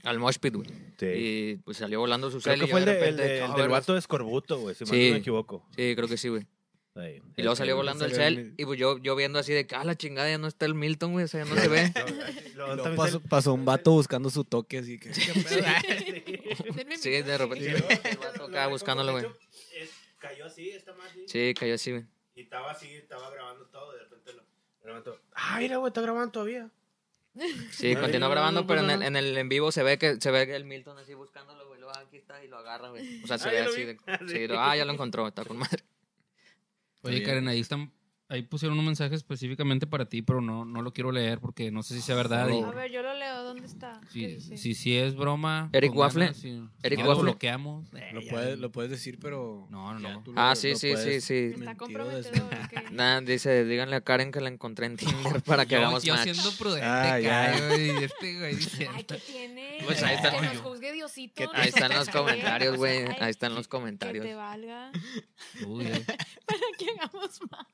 S2: al mosh pit, güey.
S3: Sí.
S2: Y pues salió volando su
S3: Creo
S2: cel
S3: que
S2: y yo
S3: fue el,
S2: de
S3: de- el
S2: repente.
S3: de- el
S2: "Ah,
S3: del
S2: vergas".
S3: vato descorbuto, güey, si mal
S2: Sí.
S3: no me equivoco.
S2: Sí, creo que sí, güey.
S3: Ahí.
S2: Y luego
S3: Este,
S2: salió volando el
S1: salió el
S2: cel
S1: Mil-
S2: y pues yo, yo viendo así de que, ah, la chingada, ya no está el Milton, güey, o sea, ya no se ve.
S3: Luego
S1: luego
S3: también
S1: pasó,
S3: salió-
S1: pasó un vato buscando su toque, así que.
S4: Denme
S2: Sí,
S4: mi-
S2: de repente.
S3: Sí,
S2: el
S3: luego-
S2: vato acá
S3: luego,
S2: buscándolo,
S3: de
S2: güey.
S3: hecho, es- Cayó así, esta más así.
S2: Sí, cayó así, güey.
S3: Y estaba así, estaba grabando todo, de repente lo lo levantó. Ah, mira, güey, está grabando todavía.
S2: Sí,
S3: No,
S2: continuó
S3: no, no,
S2: grabando,
S3: no,
S2: pero en
S3: pues,
S2: el,
S3: no.
S2: en el en vivo se ve que se ve el Milton así buscándolo, güey. Luego aquí está y lo agarra, güey. O sea, se
S3: Ah,
S2: ve
S3: ya lo
S2: así.
S3: vi.
S2: de-
S3: Ah, sí.
S2: sí, lo- ah, ya lo encontró, está con madre.
S5: Oye,
S1: bien.
S5: Karen, ahí están. Ahí pusieron un mensaje específicamente para ti, pero no, no lo quiero leer porque no sé si sea verdad. y-
S4: A ver, yo lo leo. ¿Dónde está? ¿Qué
S5: si,
S4: dice?
S5: si, si es broma.
S2: Eric
S5: con ganas,
S2: Waffle.
S5: si- si
S2: Eric
S5: ya lo
S2: Waffle.
S5: bloqueamos.
S1: Lo puedes, lo puedes decir, pero.
S5: No, no,
S1: ya
S5: no.
S1: tú
S2: Ah,
S1: lo-
S2: sí,
S1: lo
S2: sí, sí,
S1: puedes-
S2: sí.
S4: Está
S1: Mentiroso,
S4: comprometedor. ok.
S2: Nah, dice, díganle a Karen que la encontré en Tinder para que
S5: Yo-
S2: hagamos
S5: yo
S2: match.
S5: siendo prudente,
S1: Ah, ya.
S5: Karen, y este güey diciendo-
S4: Ay, ¿qué tiene?
S2: Pues ahí está.
S4: Que nos juzgue Diosito.
S1: Que-
S2: Ahí están los
S4: nosotros también.
S2: comentarios, güey.
S4: Ay,
S2: Ahí están los
S4: Que te
S2: comentarios.
S4: valga.
S5: Uy, eh.
S4: que hagamos más.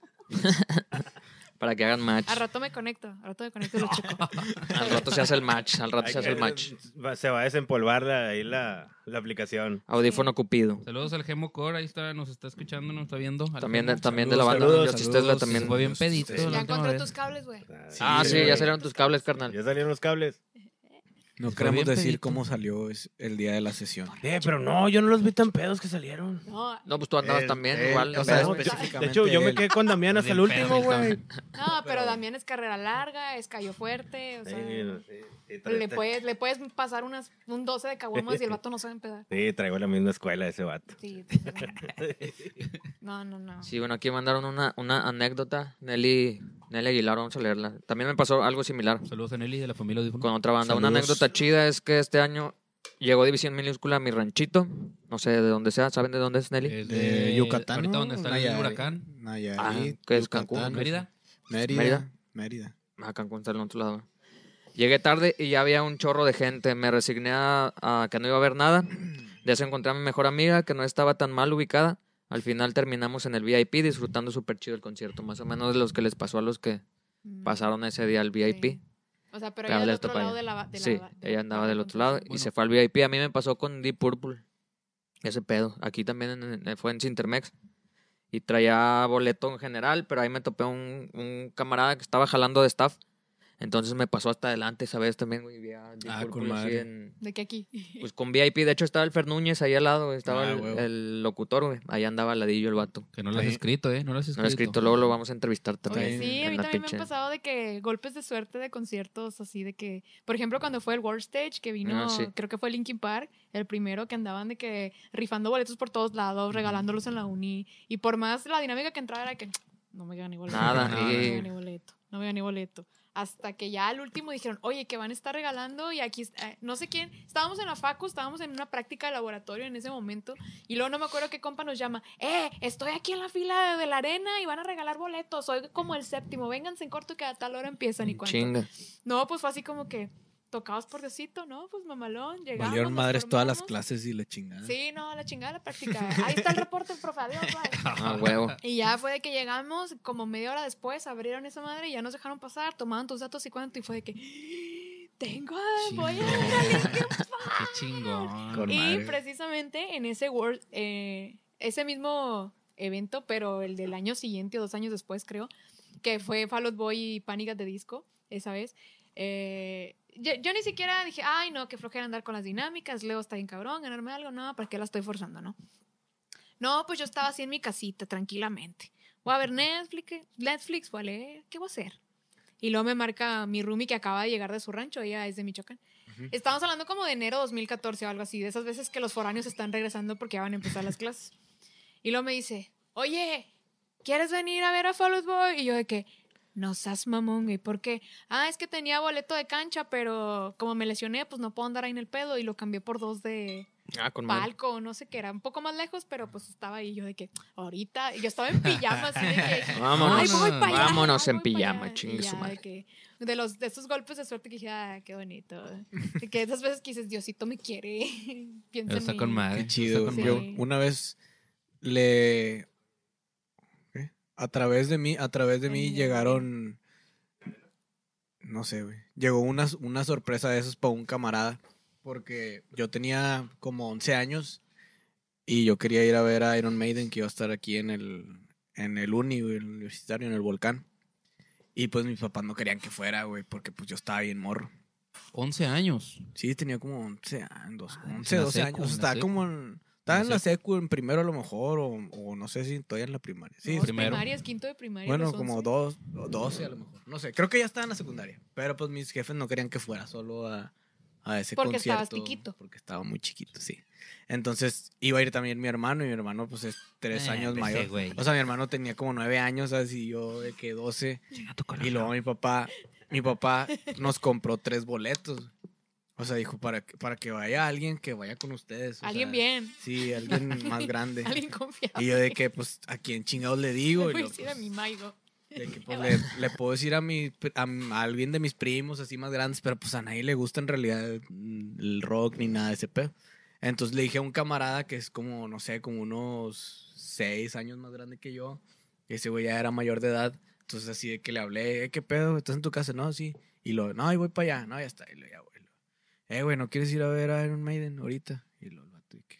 S2: Para que hagan match.
S4: Al rato me conecto. Al rato me conecto y lo checo.
S2: Al rato se hace el match, al rato se hace el match.
S3: Va- Se va a desempolvar la- ahí la, la aplicación.
S2: Audífono Cupido.
S5: Saludos al Gemo Core, ahí está, nos está escuchando, nos está viendo. al
S2: También de,
S5: Gemo.
S2: también de la banda
S3: Saludos,
S2: Yo Chistesla
S1: saludos.
S2: también.
S5: Fue bien pedito.
S1: Sí.
S5: la
S4: Ya
S5: última
S4: encontré
S5: vez.
S4: tus cables, güey.
S2: Ah, sí, ya
S3: güey.
S2: salieron tus cables, carnal.
S3: Ya salieron los cables.
S1: No
S5: Fue
S1: queremos
S5: bien
S1: decir
S5: pedito.
S1: cómo salió es- el día de la sesión.
S3: Eh, pero no, yo no los vi tan pedos que salieron.
S4: No,
S2: No, pues tú andabas
S3: Eh,
S2: también
S1: eh,
S2: igual.
S1: o sea,
S2: ¿no?
S1: específicamente
S3: De hecho, yo me
S1: él.
S3: quedé con Damián hasta el
S5: Bien pedo,
S3: último,
S5: Milton.
S3: güey.
S4: no, pero también es carrera larga, es callo fuerte. O sea,
S3: Sí, sí, sí, tra-
S4: le,
S3: tra-
S4: puedes, le puedes pasar unas, un 12 de caguamas y el vato no sabe empezar.
S3: Sí, traigo la misma escuela ese vato.
S4: Sí, pues, no, no, no.
S2: Sí, bueno, aquí mandaron una, una anécdota. Nelly, Nelly Aguilar, vamos a leerla. También me pasó algo similar
S5: Saludos a Nelly de la familia Audífono.
S2: con otra banda. Una
S1: Saludos.
S2: anécdota chida es que este año llegó División Minúscula a mi ranchito. No sé de dónde sea. ¿Saben de dónde es Nelly?
S5: Es
S4: Eh,
S1: De Yucatán.
S5: Ahorita
S1: ¿no?
S5: donde está el
S1: Nayarit,
S5: huracán.
S1: Nayarit.
S2: Ah, que es
S1: Yucatán,
S2: Cancún.
S5: Mérida.
S1: Mérida.
S2: Mérida.
S1: Mérida.
S2: Ah, Cancún está al otro lado. Llegué tarde y ya había un chorro de gente. Me resigné a, a que no iba a haber nada. De eso encontré a mi mejor amiga, que no estaba tan mal ubicada. Al final terminamos en el VIP disfrutando súper chido el concierto. Más o menos de los que les pasó a los que
S4: Mm,
S2: pasaron ese día al VIP.
S4: sí. O sea, pero
S2: Pero
S4: ella del
S2: le
S4: otro
S2: topa ella.
S4: lado de la... De la
S2: sí,
S4: de la-
S2: ella andaba del otro lado y
S5: Bueno.
S2: se fue al VIP. A mí me pasó con Deep Purple. Ese pedo. Aquí también en- en- fue en Cintermex. Y traía boleto en general, pero ahí me topé un, un camarada que estaba jalando de staff. Entonces me pasó hasta adelante esa vez también, güey. vi a Deep
S1: Ah,
S2: Purple
S1: con
S2: así
S1: madre.
S2: en-
S4: De que aquí.
S2: pues con VIP. De hecho, estaba el Fer Núñez ahí al lado, güey, Estaba
S1: Ah,
S2: el,
S1: huevo.
S2: el locutor, güey. Ahí andaba al ladillo el vato.
S5: Que no lo has
S1: Sí.
S5: escrito, ¿eh? No lo has escrito.
S2: No lo he escrito, luego lo vamos a entrevistar
S4: Oye,
S2: también.
S4: sí, a
S2: en
S4: mí
S2: la
S4: también me
S2: pinche-
S4: han pasado de que golpes de suerte de conciertos así de que, por ejemplo, cuando fue el World Stage que vino,
S2: Ah, sí.
S4: creo que fue Linkin Park, el primero que andaban de que rifando boletos por todos lados, regalándolos en la uni y por más la dinámica que entraba era que no me gané boleto,
S2: Nada,
S4: no me
S2: eh.
S4: gané boleto, no me gané boleto. Hasta que ya al último dijeron, oye, que van a estar regalando y aquí, está- eh, no sé quién, estábamos en la facu, estábamos en una práctica de laboratorio en ese momento y luego no me acuerdo qué compa nos llama. ¡Eh! Estoy aquí en la fila de, de la arena y van a regalar boletos. Soy como el séptimo. Vénganse en corto que a tal hora empiezan y cuánto.
S2: Chinga.
S4: No, pues fue así como que tocados por Diosito, ¿no? Pues mamalón, llegamos.
S1: Valieron
S4: nos
S1: madres todas las
S4: formamos.
S1: clases y la chingada.
S4: Sí, no, la chingada la práctica. Ahí está el reporte, profe. Adiós, bye.
S2: Ah, huevo.
S4: Y ya fue de que llegamos, como media hora después, abrieron esa madre y ya nos dejaron pasar, tomaban tus datos y cuánto, y fue de que. Tengo, a- voy a ir a Linkin
S5: Qué chingón.
S1: Con-
S4: y
S1: madre.
S4: precisamente en ese World, eh, ese mismo evento, pero el del año siguiente o dos años después, creo, que fue Fall Out Boy y Panic de Disco, esa vez. eh, yo, yo ni siquiera dije, ay, no, que flojera andar con las dinámicas, Leo está bien cabrón, ganarme algo, no, ¿para qué la estoy forzando, no? No, pues yo estaba así en mi casita, tranquilamente. Voy a ver Netflix, Netflix, voy a leer, ¿qué voy a hacer? Y luego me marca mi roomie que acaba de llegar de su rancho, ella es de Michoacán. Estamos hablando como de enero 2014 o algo así, de esas veces que los foráneos están regresando porque ya van a empezar las clases. Y luego me dice, oye, ¿quieres venir a ver a Fall Out Boy? Y yo de que, no seas mamón, güey, ¿por qué? Ah, es que tenía boleto de cancha, pero como me lesioné, pues no puedo andar ahí en el pedo y lo cambié por dos de
S2: Ah, con madre.
S4: palco, o no sé qué, era un poco más lejos, pero pues estaba ahí yo de que, ahorita, y yo estaba en pijama, así de que,
S2: Vámonos.
S4: Ay, voy pa' allá,
S2: Vámonos
S4: ay,
S2: en
S4: voy pa'
S2: pijama,
S4: allá.
S2: chingue
S4: Y
S2: su
S4: ya,
S2: madre.
S4: de que- De, los, de esos golpes de suerte que dije, ah, qué bonito. De que esas veces que dices, Diosito me quiere. Piensa
S5: Pero
S4: en
S5: está
S4: mí.
S5: con madre.
S1: Qué
S5: está
S1: chido.
S5: con
S1: güey. Yo
S4: madre.
S1: una vez le. ¿qué? A través de mí, a través de mí
S4: Ay,
S1: llegaron. No sé, güey. Llegó una, una sorpresa de esas para un camarada. Porque yo tenía como 11 años y yo quería ir a ver a Iron Maiden, que iba a estar aquí en el, en el uni, güey, en el universitario, en el volcán. Y pues mis papás no querían que fuera, güey, porque pues yo estaba bien morro.
S5: 11 años.
S1: Sí, tenía como 11 años,
S5: Ah,
S1: 11,
S5: en la
S1: 12
S5: secu,
S1: años.
S5: en la
S1: estaba
S5: secu.
S1: como en... Estaba en la
S5: la
S1: secu, en primero a lo mejor, o, o no sé si todavía en la primaria. Sí,
S4: Dos
S5: primero.
S4: primarias, quinto de primaria.
S1: bueno,
S4: los
S1: como
S4: 11.
S1: dos, o 12 a lo mejor. No sé, creo que ya estaba en la secundaria. Pero pues mis jefes no querían que fuera solo a, a ese
S4: Porque
S1: concierto.
S4: estabas chiquito.
S1: Porque estaba muy chiquito, sí. Entonces iba a ir también mi hermano, y mi hermano pues es tres
S5: Eh,
S1: años
S5: pues,
S1: mayor.
S5: sí, güey.
S1: O sea, mi hermano tenía como nueve años, así y yo de que 12. Y luego mi papá, mi papá nos compró tres boletos. O sea, dijo, para que, para que vaya alguien que vaya con ustedes. o
S4: Alguien
S1: sea,
S4: bien.
S1: Sí, alguien más grande.
S4: Alguien confiado.
S1: Y yo de que, pues, ¿a quién chingados le digo?
S4: Le
S1: Y
S4: voy a
S1: lo,
S4: decir a
S1: pues,
S4: mi maigo.
S1: de que, pues, le, le puedo decir a, mi, pri- a, m- a alguien de mis primos así más grandes, pero pues a nadie le gusta en realidad mm, el rock ni nada de ese pedo. Entonces le dije a un camarada que es como, no sé, como unos seis años más grande que yo. Y ese güey ya era mayor de edad. Entonces así de que le hablé, "Eh, ¿qué pedo? ¿Estás en tu casa? No, sí. Y lo, no, y voy para allá. No, ya está. Y lo, ya voy. Eh, güey, ¿no quieres ir a ver a Iron Maiden ahorita? Y lo, el vato, de que,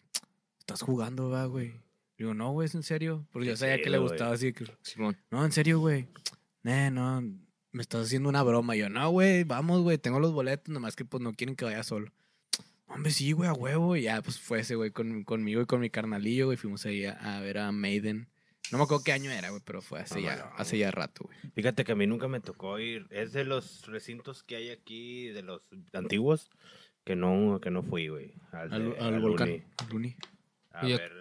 S1: estás jugando, va, güey. Digo, no, güey, es en serio. Porque
S3: Qué
S1: yo sabía que
S3: chido,
S1: le
S3: güey.
S1: gustaba así de que...
S2: Simón.
S1: No, en serio, güey. Eh, no, me estás haciendo una broma. Y yo, no, güey, vamos, güey, tengo los boletos, nomás que pues no quieren que vaya solo. Hombre, sí, güey, a huevo. Y ya, pues fue ese, güey, con- conmigo y con mi carnalillo, güey. Fuimos ahí a, a ver a Maiden. No me acuerdo qué año era, güey, pero fue hace,
S3: Ah,
S1: ya,
S3: bueno.
S1: hace ya rato, güey.
S3: Fíjate que a mí nunca me tocó ir. Es de los recintos que hay aquí, de los antiguos, que no, que no fui, güey. Al, de-
S5: Eh,
S1: Al, al
S3: al
S1: volcán.
S3: Uni.
S1: al Uni.
S3: A
S5: Y yo-
S3: ver, ver-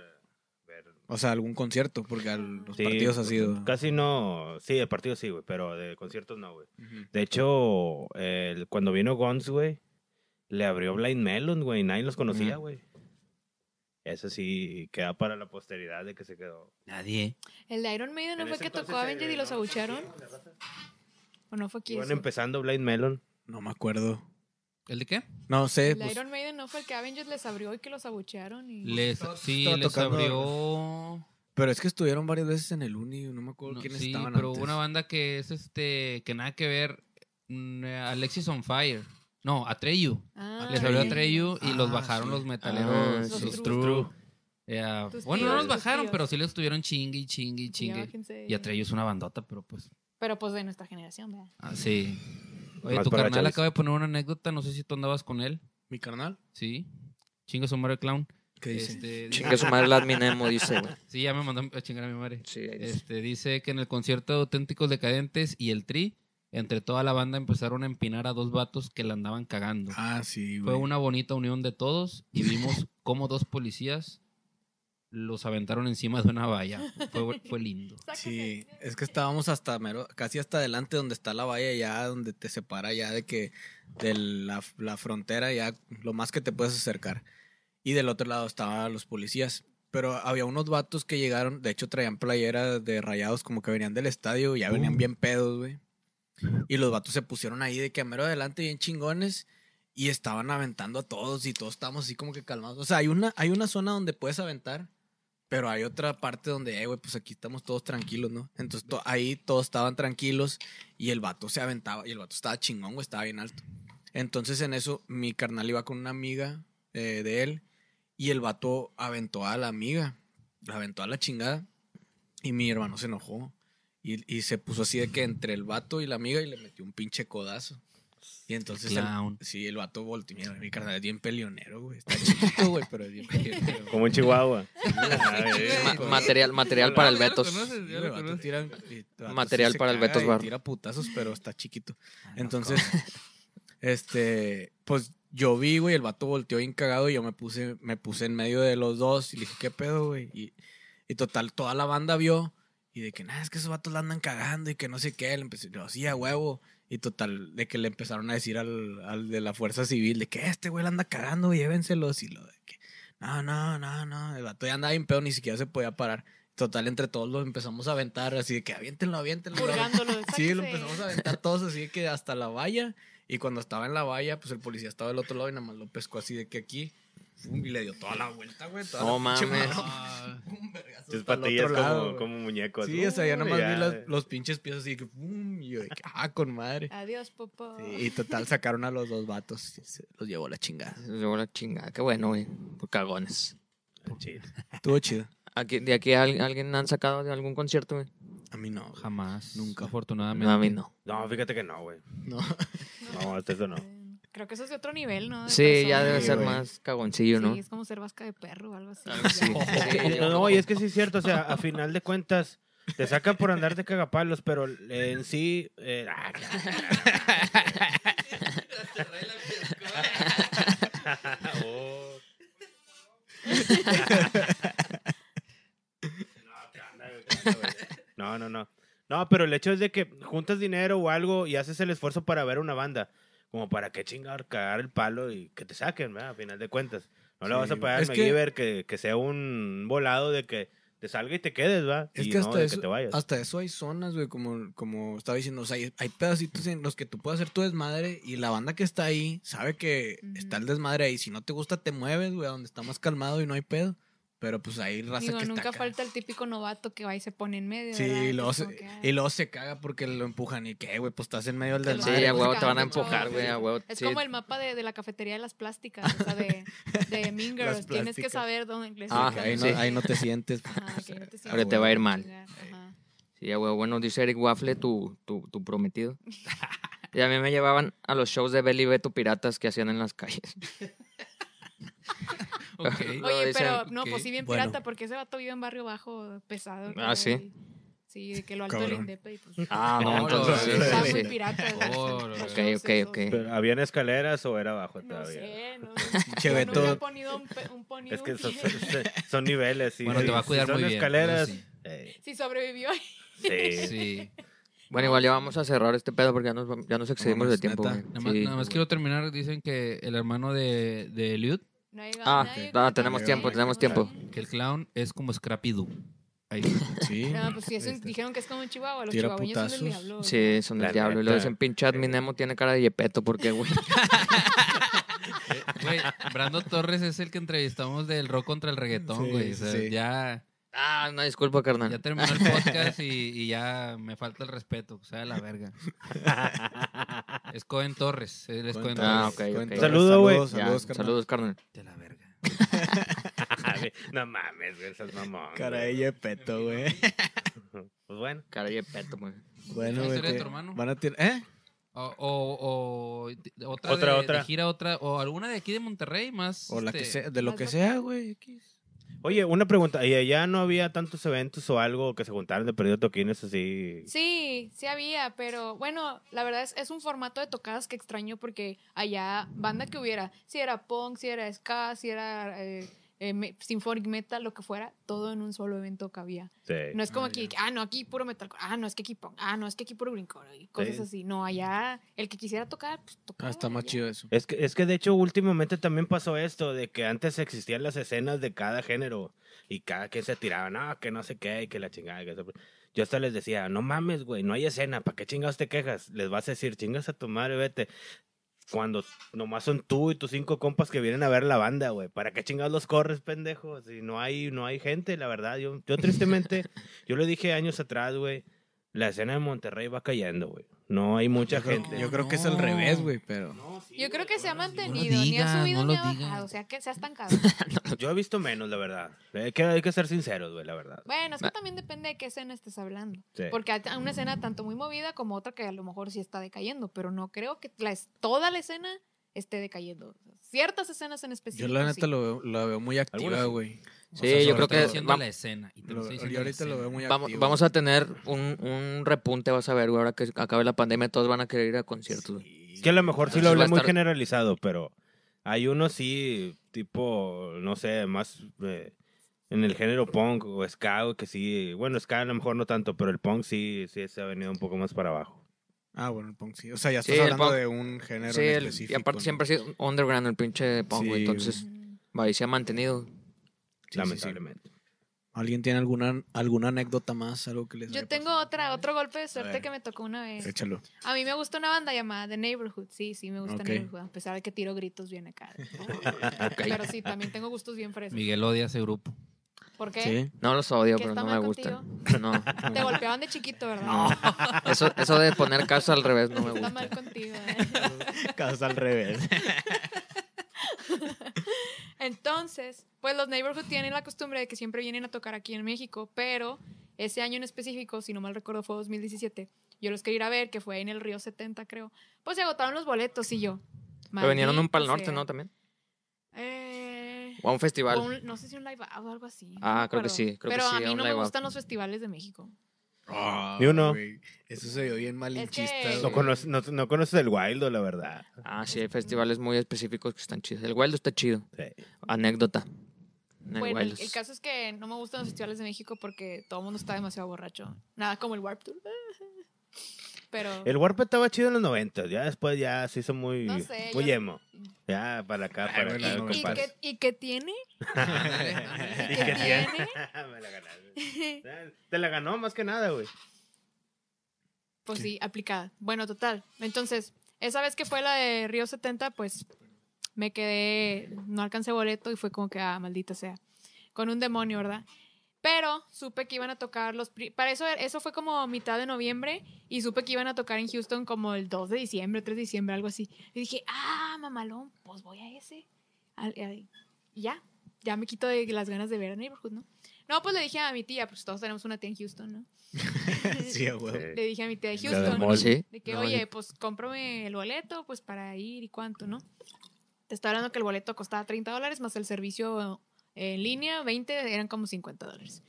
S1: O sea, algún concierto, porque a los
S3: Sí, pues,
S1: partidos ha sido.
S3: Casi no. Sí, de partidos sí, güey, pero de conciertos no, güey.
S1: Ujú.
S3: De hecho, el- cuando vino Guns, güey, le abrió Blind Melon, güey. Nadie los conocía,
S2: Mm.
S3: güey. Eso sí queda para la posteridad de que se quedó.
S5: Nadie.
S4: El de Iron Maiden no
S3: En
S4: fue
S3: ese
S4: que
S3: entonces,
S4: tocó a
S3: eh,
S4: Avenged y los
S3: no,
S4: abucharon.
S3: sí, la raza.
S4: O no fue aquí.
S3: Iban
S4: eso?
S3: empezando Blind Melon.
S1: No me acuerdo.
S5: ¿El de qué?
S1: No sé,
S4: El de
S1: pues.
S4: Iron Maiden no fue el que Avenged les abrió y que los abucharon. Y...
S5: Les,
S1: Estaba-
S5: sí,
S1: estaba
S5: les
S1: tocando-
S5: abrió.
S1: Pero es que estuvieron varias veces en el Uni, no me acuerdo
S5: no,
S1: quiénes
S5: sí,
S1: estaban
S5: pero
S1: antes.
S5: una banda que es este. Que nada que ver. mm, eh, Alexis on Fire. No, Atreyu.
S4: Ah,
S5: Les abrió
S1: Atreyu.
S5: Atreyu y los
S1: Ah,
S5: bajaron
S1: sí.
S5: los
S4: Ah,
S5: metaleros.
S4: sí.
S5: los
S4: Los
S5: True. Eh, ah,
S4: Tus
S5: bueno, no
S4: tíos,
S5: nos
S4: tus
S5: bajaron,
S4: tíos.
S5: pero sí les estuvieron chingue y chingue y chingue.
S4: Bájense.
S5: Y entre ellos una bandota, pero pues.
S4: Pero pues de nuestra generación, ¿verdad?
S5: Ah, sí. Oye,
S3: Más
S5: tu
S3: para
S5: carnal
S3: Chávez.
S5: acaba de poner una anécdota, no sé si tú andabas con él.
S1: ¿Mi carnal?
S5: Sí. Chinga su madre, clown.
S1: ¿Qué dice?
S5: Este,
S2: Chingue su madre el admin emo, dice, güey.
S5: Sí, ya me mandó a chingar a mi madre.
S2: Sí, ahí dice.
S5: Este, dice que en el concierto de Auténticos Decadentes y el Tri, entre toda la banda empezaron a empinar a dos vatos que la andaban cagando.
S1: Ah, sí, güey.
S5: Fue una bonita unión de todos y vimos cómo dos policías los aventaron encima de una valla. Fue, bu- fue lindo.
S1: Sí, es que estábamos hasta mero- casi hasta adelante donde está la valla, ya donde te separa ya de que de la, la frontera, ya lo más que te puedes acercar. Y del otro lado estaban los policías. Pero había unos vatos que llegaron, de hecho traían playeras de rayados como que venían del estadio, ya venían bien pedos, güey. Y los vatos se pusieron ahí de que a mero adelante bien chingones y estaban aventando a todos y todos estábamos así como que calmados. O sea, hay una, hay una zona donde puedes aventar, pero hay otra parte donde, eh, güey, pues aquí estamos todos tranquilos, ¿no? Entonces to- ahí todos estaban tranquilos y el vato se aventaba y el vato estaba chingón, güey, estaba bien alto. Entonces en eso mi carnal iba con una amiga eh, de él y el vato aventó a la amiga, la aventó a la chingada y mi hermano se enojó y, y se puso así de que entre el vato y la amiga y le metió un pinche codazo. Y entonces el-
S5: Clown.
S1: sí, el vato volteó. Mira, mi carnal es bien peleonero, güey. Está chiquito, güey, pero es bien peleonero. güey.
S3: Como un chihuahua.
S2: Ma-
S1: Con-
S2: material, material para el
S5: Ya Este, lo
S2: Betos.
S5: conoces, ya
S1: Sí,
S5: lo
S1: el vato
S5: conoces.
S1: tira- el vato
S2: Material
S1: sí se
S2: para el
S1: caga
S2: Betos
S1: y
S2: Bar.
S1: Tira putazos, pero está chiquito.
S5: Ah,
S1: Entonces, este, pues yo vi, güey, el vato volteó bien cagado y yo me puse, me puse en medio de los dos y le dije, ¿qué pedo, güey? Y, y total, toda la banda vio y de que, nada, es que esos vatos la andan cagando y que no sé qué. Le empecé, yo, sí, a huevo. Y total, de que le empezaron a decir al, al de la Fuerza Civil de que este güey la anda cagando, llévenselos. Y lo de que, no, no, no, no. El vato ya andaba bien pedo, ni siquiera se podía parar. Total, entre todos los empezamos a aventar, así de que aviéntenlo, aviéntenlo.
S4: Purgándolo.
S1: Sí,
S4: sáquense.
S1: lo empezamos a aventar todos así de que hasta la valla. Y cuando estaba en la valla, pues el policía estaba del otro lado y nada más lo pescó así de que aquí. pum, Y le dio toda la vuelta, güey. toda
S2: No
S1: la pinche
S2: mames.
S1: mano,
S5: Ah,
S1: pum, vergazo
S3: Sus
S1: hasta el otro
S3: patillas
S1: lado,
S3: como,
S1: güey.
S3: como muñecos.
S1: Sí, o sea, ya
S3: Uy,
S1: nomás
S3: ya.
S1: vi los, los pinches pies así de que pum, Y yo de que, ah, con madre.
S4: Adiós, popo.
S1: Sí, y total, sacaron a los dos vatos. y se Los llevó la chingada.
S2: Luego la chingada. Qué bueno, güey. Por cagones.
S3: Chido.
S1: Estuvo chido.
S2: Aquí, ¿De aquí al- alguien han sacado de algún concierto, güey?
S1: A mí no. güey.
S5: Jamás.
S1: Nunca.
S5: Afortunadamente.
S2: No, a mí no.
S3: No, fíjate que no, güey.
S1: No.
S3: No, hasta eso no.
S4: este, Creo que eso es de otro nivel, ¿no? De
S2: Sí, ya
S4: persona.
S2: debe
S1: Sí,
S2: ser
S1: güey.
S2: más cagoncillo, ¿no?
S4: pues Sí, es como ser vasca de perro o algo así.
S2: Algo así.
S4: Ya.
S2: Sí,
S3: Es que-
S2: yo-
S3: no, y es que sí es cierto, o sea, a final de cuentas, te sacan por andar de cagapalos, pero eh, en sí. eh, ah, oh. no, no, no. No, pero el hecho es de que juntas dinero o algo y haces el esfuerzo para ver una banda. Como para qué chingar, cagar el palo y que te saquen, ¿verdad? A final de cuentas. No le
S1: Sí,
S3: vas a pagar
S1: es
S3: a
S1: que-
S3: MacGyver que, que sea un volado de que te salga y te quedes, ¿va?
S1: Es
S3: y
S1: que
S3: no
S1: hasta,
S3: de
S1: eso,
S3: que te vayas.
S1: hasta eso hay zonas, güey, como, como estaba diciendo, o sea, hay, hay pedacitos en los que tú puedes hacer tu desmadre y la banda que está ahí sabe que
S4: Ujú.
S1: está el desmadre ahí. Si no te gusta, te mueves, güey, a donde está más calmado y no hay pedo. Pero pues ahí raza
S4: Digo,
S1: que está
S4: nunca
S1: acá.
S4: falta el típico novato que va y se pone en medio.
S1: Sí,
S4: ¿verdad?
S1: y luego,
S4: Es
S1: se,
S4: como que, ah,
S1: y luego se caga porque lo empujan y que, güey, pues estás en medio del
S4: Que lo
S1: desmadre.
S2: Sí, a
S4: Madre,
S2: huevo
S4: pues,
S2: te van a
S4: cagan mucho.
S2: empujar, güey, a huevo.
S4: Es
S2: Sí.
S4: como el mapa de, de la cafetería de las plásticas, o sea, de, de Mean
S1: Las
S4: Girls. Tienes que
S1: plásticas.
S4: saber dónde. les-
S2: Ah,
S1: Que ahí,
S2: sí.
S1: no, ahí no te sientes.
S4: Ajá, que Ah, no te sientas
S2: Ahora te va a ir mal.
S4: chingar, ajá.
S2: Sí, a huevo. Bueno, dice Eric Waffle, tu, tu, tu prometido. Y a mí me llevaban a los shows de Belly Beto Piratas que hacían en las calles.
S5: Ok.
S2: Lo
S4: Oye,
S2: dicen,
S4: pero no,
S5: ok.
S4: pues sí, bien
S1: Bueno.
S4: pirata, porque ese vato vive en barrio bajo, pesado.
S2: Ah,
S4: creo,
S2: sí.
S4: y- Sí, de que lo alto del
S1: Cabrón.
S4: Indepe y pues.
S2: Ah,
S5: no, entonces sí,
S4: Estaba
S1: sí,
S4: muy
S1: sí.
S4: pirata.
S5: Oh,
S4: los- los
S5: ok,
S4: shows
S2: ok,
S4: esos.
S2: ok.
S3: Pero, ¿Habían escaleras o era abajo
S4: No
S3: todavía?
S4: sé, no.
S1: Che,
S4: yo
S1: Beto.
S4: nunca he ponido un, pe- un ponido
S3: Es que
S4: un
S3: son,
S4: pie.
S3: son- son niveles. Sí,
S5: Bueno, te va a cuidar
S3: si son
S5: muy bien,
S3: escaleras.
S5: eso sí.
S3: eh,
S4: Si sobrevivió.
S3: sí.
S5: Sí.
S2: Bueno, igual ya vamos a cerrar este pedo porque ya nos, vam- ya nos excedimos de
S1: mames,
S2: tiempo.
S1: ¿neta?
S2: güey.
S5: Nada más,
S2: Sí. pues,
S5: nada más quiero terminar. Dicen que el hermano de, de Eliud,
S4: No ha llegado
S2: Ah,
S4: nadie,
S2: no,
S4: creo que
S2: tenemos
S4: no.
S2: tiempo,
S4: Sí,
S2: tenemos
S4: estamos
S2: tiempo.
S4: bien.
S5: que el clown es como Scrappy Doo. Ahí está.
S1: Sí.
S4: No, pues sí, es un-
S5: Ahí está.
S4: dijeron que es como un chihuahua. Los
S1: Este. Tira
S4: chihuahueños son del
S1: putazos.
S4: diablo.
S2: Sí, son del
S3: La
S2: diablo. Y luego
S3: neta.
S2: dicen, pinche mi Nemo tiene cara de yepeto, ¿por qué, güey?
S5: Eh, Güey, Brando Torres es el que entrevistamos del rock contra el reggaetón,
S1: Sí,
S5: güey. O sea,
S1: sí.
S5: ya,
S2: Ah, no, disculpa,
S5: ya
S2: carnal.
S5: terminó el podcast y, y ya me falta el respeto. O sea, la verga. Es Cohen Torres. Él es Cohen
S1: Cuéntanos,
S2: Ah,
S5: Torres.
S2: ok, ok.
S1: cuéntanos.
S3: Saludo, güey.
S1: Saludos,
S2: Ya,
S1: saludos, carnal.
S2: saludos, carnal.
S5: De la verga.
S3: mames, no mames, güey, esas mamón.
S1: Caray, Yepeto, güey.
S3: güey. Pues bueno.
S2: Cara de peto, güey.
S1: Bueno,
S5: ¿La
S1: güey.
S5: historia de
S1: que
S5: tu hermano?
S1: Van a tirar. ¿Eh?
S2: Ah,
S5: O, o- o de- otra,
S3: Otra,
S5: de,
S3: otra.
S5: de gira, otra, o alguna de aquí de Monterrey más.
S1: O la que
S5: este,
S1: sea, de lo
S4: las
S1: que
S4: dos.
S1: sea, güey. X.
S3: Oye, una pregunta. ¿Y allá no había tantos eventos o algo que se juntaran de perdido toquines así?
S4: Sí, sí había, pero bueno, la verdad es, es un formato de tocadas que extraño porque allá, banda que hubiera, si era punk, si era ska, si era eh, eh, me- symphonic metal, lo que fuera, todo en un solo evento cabía.
S3: Sí.
S4: No es como
S5: Ah,
S4: aquí, ah, no, aquí puro metal, ah, no, es que aquí punk, ah, no, es que aquí puro brincón y cosas
S3: Sí.
S4: así. No, allá, el que quisiera tocar, pues tocaba.
S1: Ah, está más
S4: allá.
S1: chido eso.
S3: Es que, es que de hecho últimamente también pasó esto, de que antes existían las escenas de cada género y cada quien se tiraba, no, que no sé qué, y que la chingada. que eso". Yo hasta les decía, no mames, güey, no hay escena, ¿para qué chingados te quejas? Les vas a decir, chingas a tu madre, vete. Cuando nomás son tú y tus cinco compas que vienen a ver la banda, güey, ¿para qué chingados los corres, pendejo? Si no hay, no hay gente, la verdad. Yo, yo tristemente, yo le dije años atrás, güey, la escena de Monterrey va cayendo, güey. No hay mucha
S1: Yo creo,
S3: gente.
S1: yo creo que es al
S5: No.
S1: revés, güey, pero.
S4: Yo creo que se ha mantenido, ni
S5: diga,
S4: ha subido
S5: no lo
S4: ni ha bajado,
S5: diga.
S4: o sea, que se ha estancado.
S3: Yo he visto menos, la verdad. Hay que, hay que ser sinceros, güey, la verdad.
S4: Bueno, es que
S2: Ma-
S4: también depende de qué escena estés hablando.
S3: Sí.
S4: Porque hay una escena tanto muy movida como otra que a lo mejor sí está decayendo, pero no creo que la es- toda la escena esté decayendo. Ciertas escenas en
S1: Yo
S4: específico.
S1: la neta
S4: sí.
S1: lo veo, la veo muy activa,
S3: Algunas sí.
S1: güey.
S5: o
S2: Sí,
S5: sea,
S2: yo
S5: sobre
S2: creo
S5: todo
S2: que
S5: haciendo
S2: va-
S5: la escena. Y te lo
S1: Lo-
S5: estoy diciendo
S1: yo
S5: la
S1: ahorita lo
S5: escena.
S1: veo muy
S2: Vamos,
S1: activo.
S2: vamos a tener un, un repunte, vas a ver, güey. Ahora que acabe la pandemia, todos van a querer ir a conciertos. güey.
S3: Es que a lo mejor sí lo
S1: Ah,
S2: Entonces Pues va
S3: hablé
S2: a
S3: muy
S2: estar-
S3: generalizado, pero hay unos sí, tipo, no sé, más eh, en el género punk o ska, güey, que sí. Bueno, ska a lo mejor no tanto, pero el punk sí, sí se ha venido un poco más para abajo.
S1: Ah, bueno, el punk sí. O sea, ya
S2: Sí,
S1: estás
S2: el
S1: hablando
S2: punk.
S1: de un género
S2: Sí,
S1: en
S2: el- y
S1: específico.
S2: aparte
S1: ¿no?
S2: siempre ha sido underground el pinche punk, güey,
S1: Sí,
S2: Entonces,
S4: Mm.
S2: ahí se ha mantenido.
S1: Sí, sí, sí.
S3: lamentablemente.
S1: ¿Alguien tiene alguna, alguna anécdota más? Algo que les
S4: Yo
S1: haya
S4: tengo
S1: pasado?
S4: otra, otro golpe de
S1: ver.
S4: suerte que me tocó una vez.
S1: Échalo.
S4: A mí me gusta una banda llamada The Neighborhood. Sí, sí, me gusta
S1: Ok.
S4: Neighborhood, a pesar de que tiro gritos bien acá. Pero sí, también tengo gustos bien frescos.
S5: Miguel odia ese grupo.
S4: ¿Por qué?
S1: Sí.
S2: No los odio,
S4: ¿Qué
S2: pero
S4: está
S2: no me
S4: mal
S2: gustan. No,
S4: Te
S2: no.
S4: golpeaban de chiquito, ¿verdad? No,
S2: Eso, eso de poner caso al revés no me
S4: está
S2: gusta.
S4: mal contigo. ¿eh?
S1: Casa al revés.
S4: Entonces, pues los Neighborhood tienen la costumbre de que siempre vienen a tocar aquí en México, pero ese año en específico, si no mal recuerdo, fue 2017. Yo los quería ir a ver, que fue en el Río 70, creo. Pues se agotaron los boletos y yo.
S2: Pero vinieron un
S4: maldito
S2: Pal Norte,
S4: sea.
S2: ¿no? También.
S4: Eh,
S2: O a un festival.
S4: o un- no sé si un live out o algo así. no
S2: Ah,
S4: me
S2: creo que
S4: acuerdo.
S2: sí, creo que
S4: pero
S2: sí,
S4: a mí
S2: un
S4: no me
S2: live out.
S4: gustan los festivales de México.
S1: Ah,
S3: Ni uno.
S1: güey, Eso se vio bien malinchista.
S4: Es que-
S3: No,
S1: güey.
S3: conoces- no, no conoces el Wildo, la verdad.
S2: Ah, sí, hay festivales muy específicos que están chidos. El Wildo está chido.
S3: Sí.
S2: Anécdota. En el
S4: Bueno, el,
S2: Wildos.
S4: el caso es que no me gustan los festivales de México porque todo el mundo está demasiado borracho. Nada como el Warp Tour. Pero
S3: El Warped estaba chido en los 90, ya después ya se hizo muy,
S4: No sé,
S3: muy
S4: yo-
S3: emo. Ya, para acá,
S1: Ay,
S3: para
S1: güey,
S3: acá,
S1: los
S4: ¿Y
S1: compas.
S4: qué, ¿Y qué tiene?
S3: ¿Y
S4: ¿Y
S3: qué
S4: qué
S3: tiene?
S4: tiene?
S3: Me la ganaste. Te la ganó más que nada, güey.
S4: Pues
S1: Sí.
S4: sí, aplicada. Bueno, total. Entonces, esa vez que fue la de Río 70, pues me quedé, no alcancé boleto y fue como que, ah, maldita sea, con un demonio, ¿verdad? Pero supe que iban a tocar los... pri- Para eso, eso fue como mitad de noviembre y supe que iban a tocar en Houston como el 2 de diciembre, 3 de diciembre, algo así. Y dije, ah, mamalón, pues voy a ese. Al- al- y ya, ya me quito de las ganas de ver a Neighborhood, ¿no? No, pues le dije a mi tía, pues todos tenemos una tía en Houston, ¿no?
S1: Sí,
S3: Pues,
S1: güey.
S4: Le dije a mi tía de
S3: La del
S4: Houston.
S3: mall.
S2: Sí.
S4: De que,
S2: No,
S4: oye,
S2: yo-
S4: pues cómprame el boleto, pues para ir y cuánto, ¿no? Te estaba hablando que el boleto costaba 30 dólares, más el servicio eh, en línea, 20, eran como 50 dólares.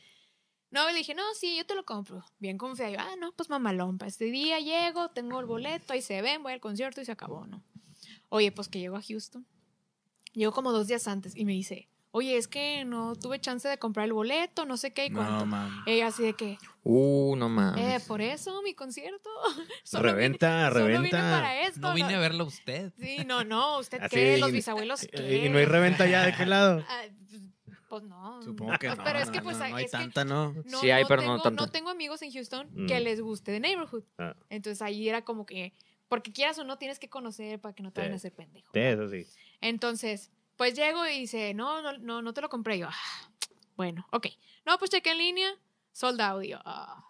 S4: No, y le dije, no, sí, yo te lo compro. Bien confiado. Yo, Ah, no, pues mamalón, para este día llego, tengo el boleto, ahí se ven, voy al concierto y se acabó, ¿no? Oye, pues que llego a Houston. Llego como dos días antes y me dice, oye, es que no tuve chance de comprar el boleto, no sé qué y cuánto.
S1: No, mames.
S4: Ella así de que,
S2: Uh, no mames.
S4: eh, por eso mi concierto. Solo vine-
S3: Reventa,
S4: Solo vine
S3: reventa.
S4: para esto.
S5: No vine a
S4: lo-
S5: verlo a usted.
S4: Sí, no, no, usted
S3: Así,
S4: qué,
S3: y-
S4: los bisabuelos qué.
S3: ¿Y no hay reventa ya de qué lado?
S4: Ah, pues no.
S1: Supongo que
S4: Pues,
S1: no.
S4: Pero es
S1: no,
S4: que
S1: no,
S4: pues
S1: no, hay
S4: es que
S1: tanta, ¿no?
S4: no-
S2: Sí hay, pero no
S4: tengo,
S2: tanta.
S4: tengo amigos en Houston
S3: Mm.
S4: que les guste The Neighborhood.
S3: Ah.
S4: Entonces ahí era como que porque quieras o no tienes que conocer para que no te
S3: Sí.
S4: vayan a hacer pendejo.
S3: Sí, eso sí.
S4: Entonces, pues llego y dice, "No, no, no, no te lo compré." Y yo, "Ah, bueno, ok. No, pues chequé en línea, sold out. Y yo, "Ah,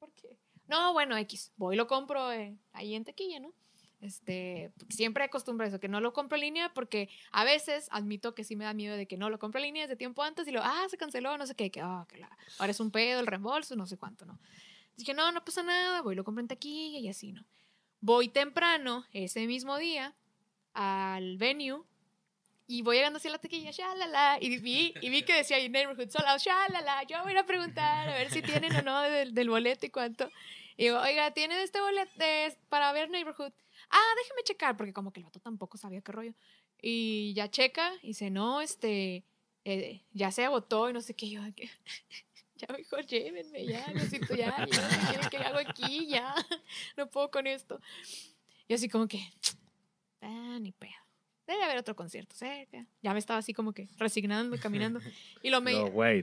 S4: ¿Por qué? No, bueno, X. Voy y lo compro eh, ahí en taquilla, ¿no? Este, siempre acostumbro a eso, que no lo compro en línea porque a veces admito que sí me da miedo de que no lo compro en línea desde tiempo antes y lo, ah, se canceló, no sé qué, que, ah, que la- ahora es un pedo, el reembolso, no sé cuánto, ¿no? Dije, no, no pasa nada, voy, lo compro en taquilla y así, ¿no? Voy temprano, ese mismo día, al venue y voy llegando hacia la taquilla, shalala, y vi, y vi que decía ahí, Neighborhood Sold Out, shalala, yo voy a ir a preguntar a ver si tienen o no del, del boleto y cuánto. Y digo, oiga, ¿tienen este boleto eh, para ver Neighborhood? Ah, déjeme checar, porque como que el vato tampoco sabía qué rollo. Y ya checa, y dice, no, este, eh, ya se agotó y no sé qué, yo, de que, ya mejor llévenme, ya, necesito ya, ya, ¿qué quieren que hago aquí? Ya, no puedo con esto. Y así como que, ah, ni pedo. Debe haber otro concierto cerca. Ya me estaba así como que resignando, caminando. Y lo me...
S3: No, güey.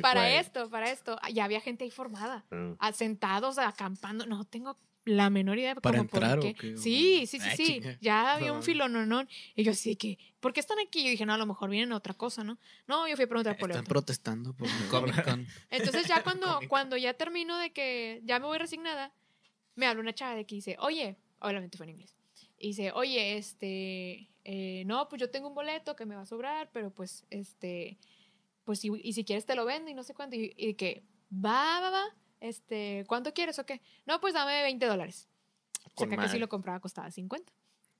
S4: para esto, para esto. ah, Ya había gente ahí formada
S3: Mm,
S4: a- sentados, acampando. No tengo la menor idea de
S1: ¿Para
S4: cómo por
S1: entrar o
S4: qué.
S1: qué?
S4: Sí, sí, sí,
S1: Ah,
S4: sí.
S1: chinga.
S4: Ya había
S1: No
S4: un
S1: mames.
S4: filononón. Y yo así que, ¿por qué están aquí? Yo dije, no, a lo mejor vienen a otra cosa, ¿no? No, yo fui a preguntar por el
S1: Están
S4: otro.
S1: protestando por
S5: Comic Con.
S4: Entonces ya cuando, cuando ya termino de que ya me voy resignada, me habla una chava de que dice, oye, obviamente fue en inglés. Y dice, oye, este, eh, no, pues yo tengo un boleto que me va a sobrar, pero pues, este, pues si, y si quieres te lo vendo y no sé cuánto. Y, y que, va, va, va, este, ¿cuánto quieres o qué? No, pues dame 20 dólares. O sea,
S2: Con
S4: que casi
S2: madre.
S4: lo compraba, costaba 50.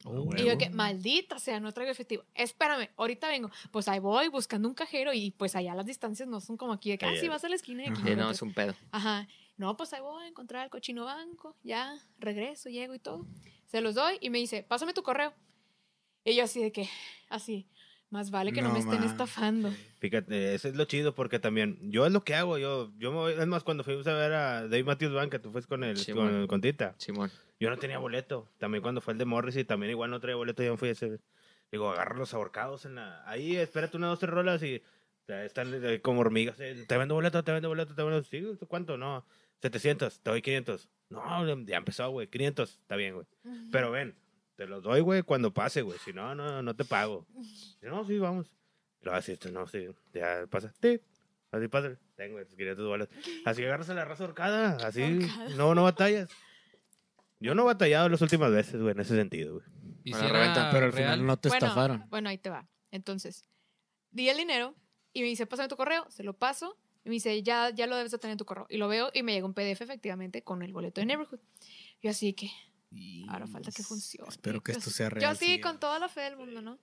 S1: Oh,
S4: Y yo
S1: huevo.
S4: que, maldita sea, no traigo efectivo. Espérame, ahorita vengo. Pues ahí voy buscando un cajero y pues allá las distancias no son como aquí de que, ah,
S3: Allá.
S4: sí, vas a la esquina y aquí.
S1: Ajá.
S2: Sí,
S4: lo
S2: no,
S4: metes.
S2: es un pedo.
S4: Ajá. No, pues ahí voy a encontrar el cochino banco, ya, regreso, llego y todo. Se los doy y me dice, pásame tu correo. Y yo así de que, así, más vale que no,
S1: No
S4: me estén
S1: mames.
S4: estafando.
S3: Fíjate, ese es lo chido porque también yo es lo que hago. Yo, yo me voy- es más, cuando fuimos a ver a Dave Matthews Band, que tú fuiste con, el,
S2: Sí,
S3: con,
S2: bueno.
S3: con Tita,
S2: Simón.
S3: yo no tenía boleto. También cuando fue el de Morris y también igual no traía boleto, yo me fui a ese. Digo, agarra los ahorcados en la. Ahí, espérate una, dos, tres rolas y ya están eh, como hormigas. eh, Te vendo boleto, te vendo boleto, te vendo. Sí, ¿cuánto? No, 700, te doy 500. No, ya empezó, güey, 500, está bien, güey. Pero ven, te los doy, güey, cuando pase, güey. Si no, no, no te pago. Dice, No, sí, vamos. Y Lo hace esto, no, sí. Ya pasa. Tic. Así pasa. Tengo estos 500 bolas. Así agarras a la raza horcada. Así.
S4: Ahorcada.
S3: No, no batallas. Yo no he batallado las últimas veces, güey, en ese sentido, güey.
S5: Y
S2: Para la
S5: si
S2: reventa,
S5: era
S1: Ah, Pero al
S5: real,
S1: final no te
S4: bueno,
S1: estafaron.
S4: Bueno, ahí te va. Entonces, di el dinero y me dice, pásame tu correo, se lo paso. Y me dice, ya, ya lo debes de tener en tu correo. Y lo veo y me llega un PDF efectivamente con el boleto de Neighborhood. Yo así que, ahora falta que funcione.
S1: pues, Espero que esto
S4: Yo-
S1: sea real.
S4: Yo sí, con toda la fe del mundo, ¿no?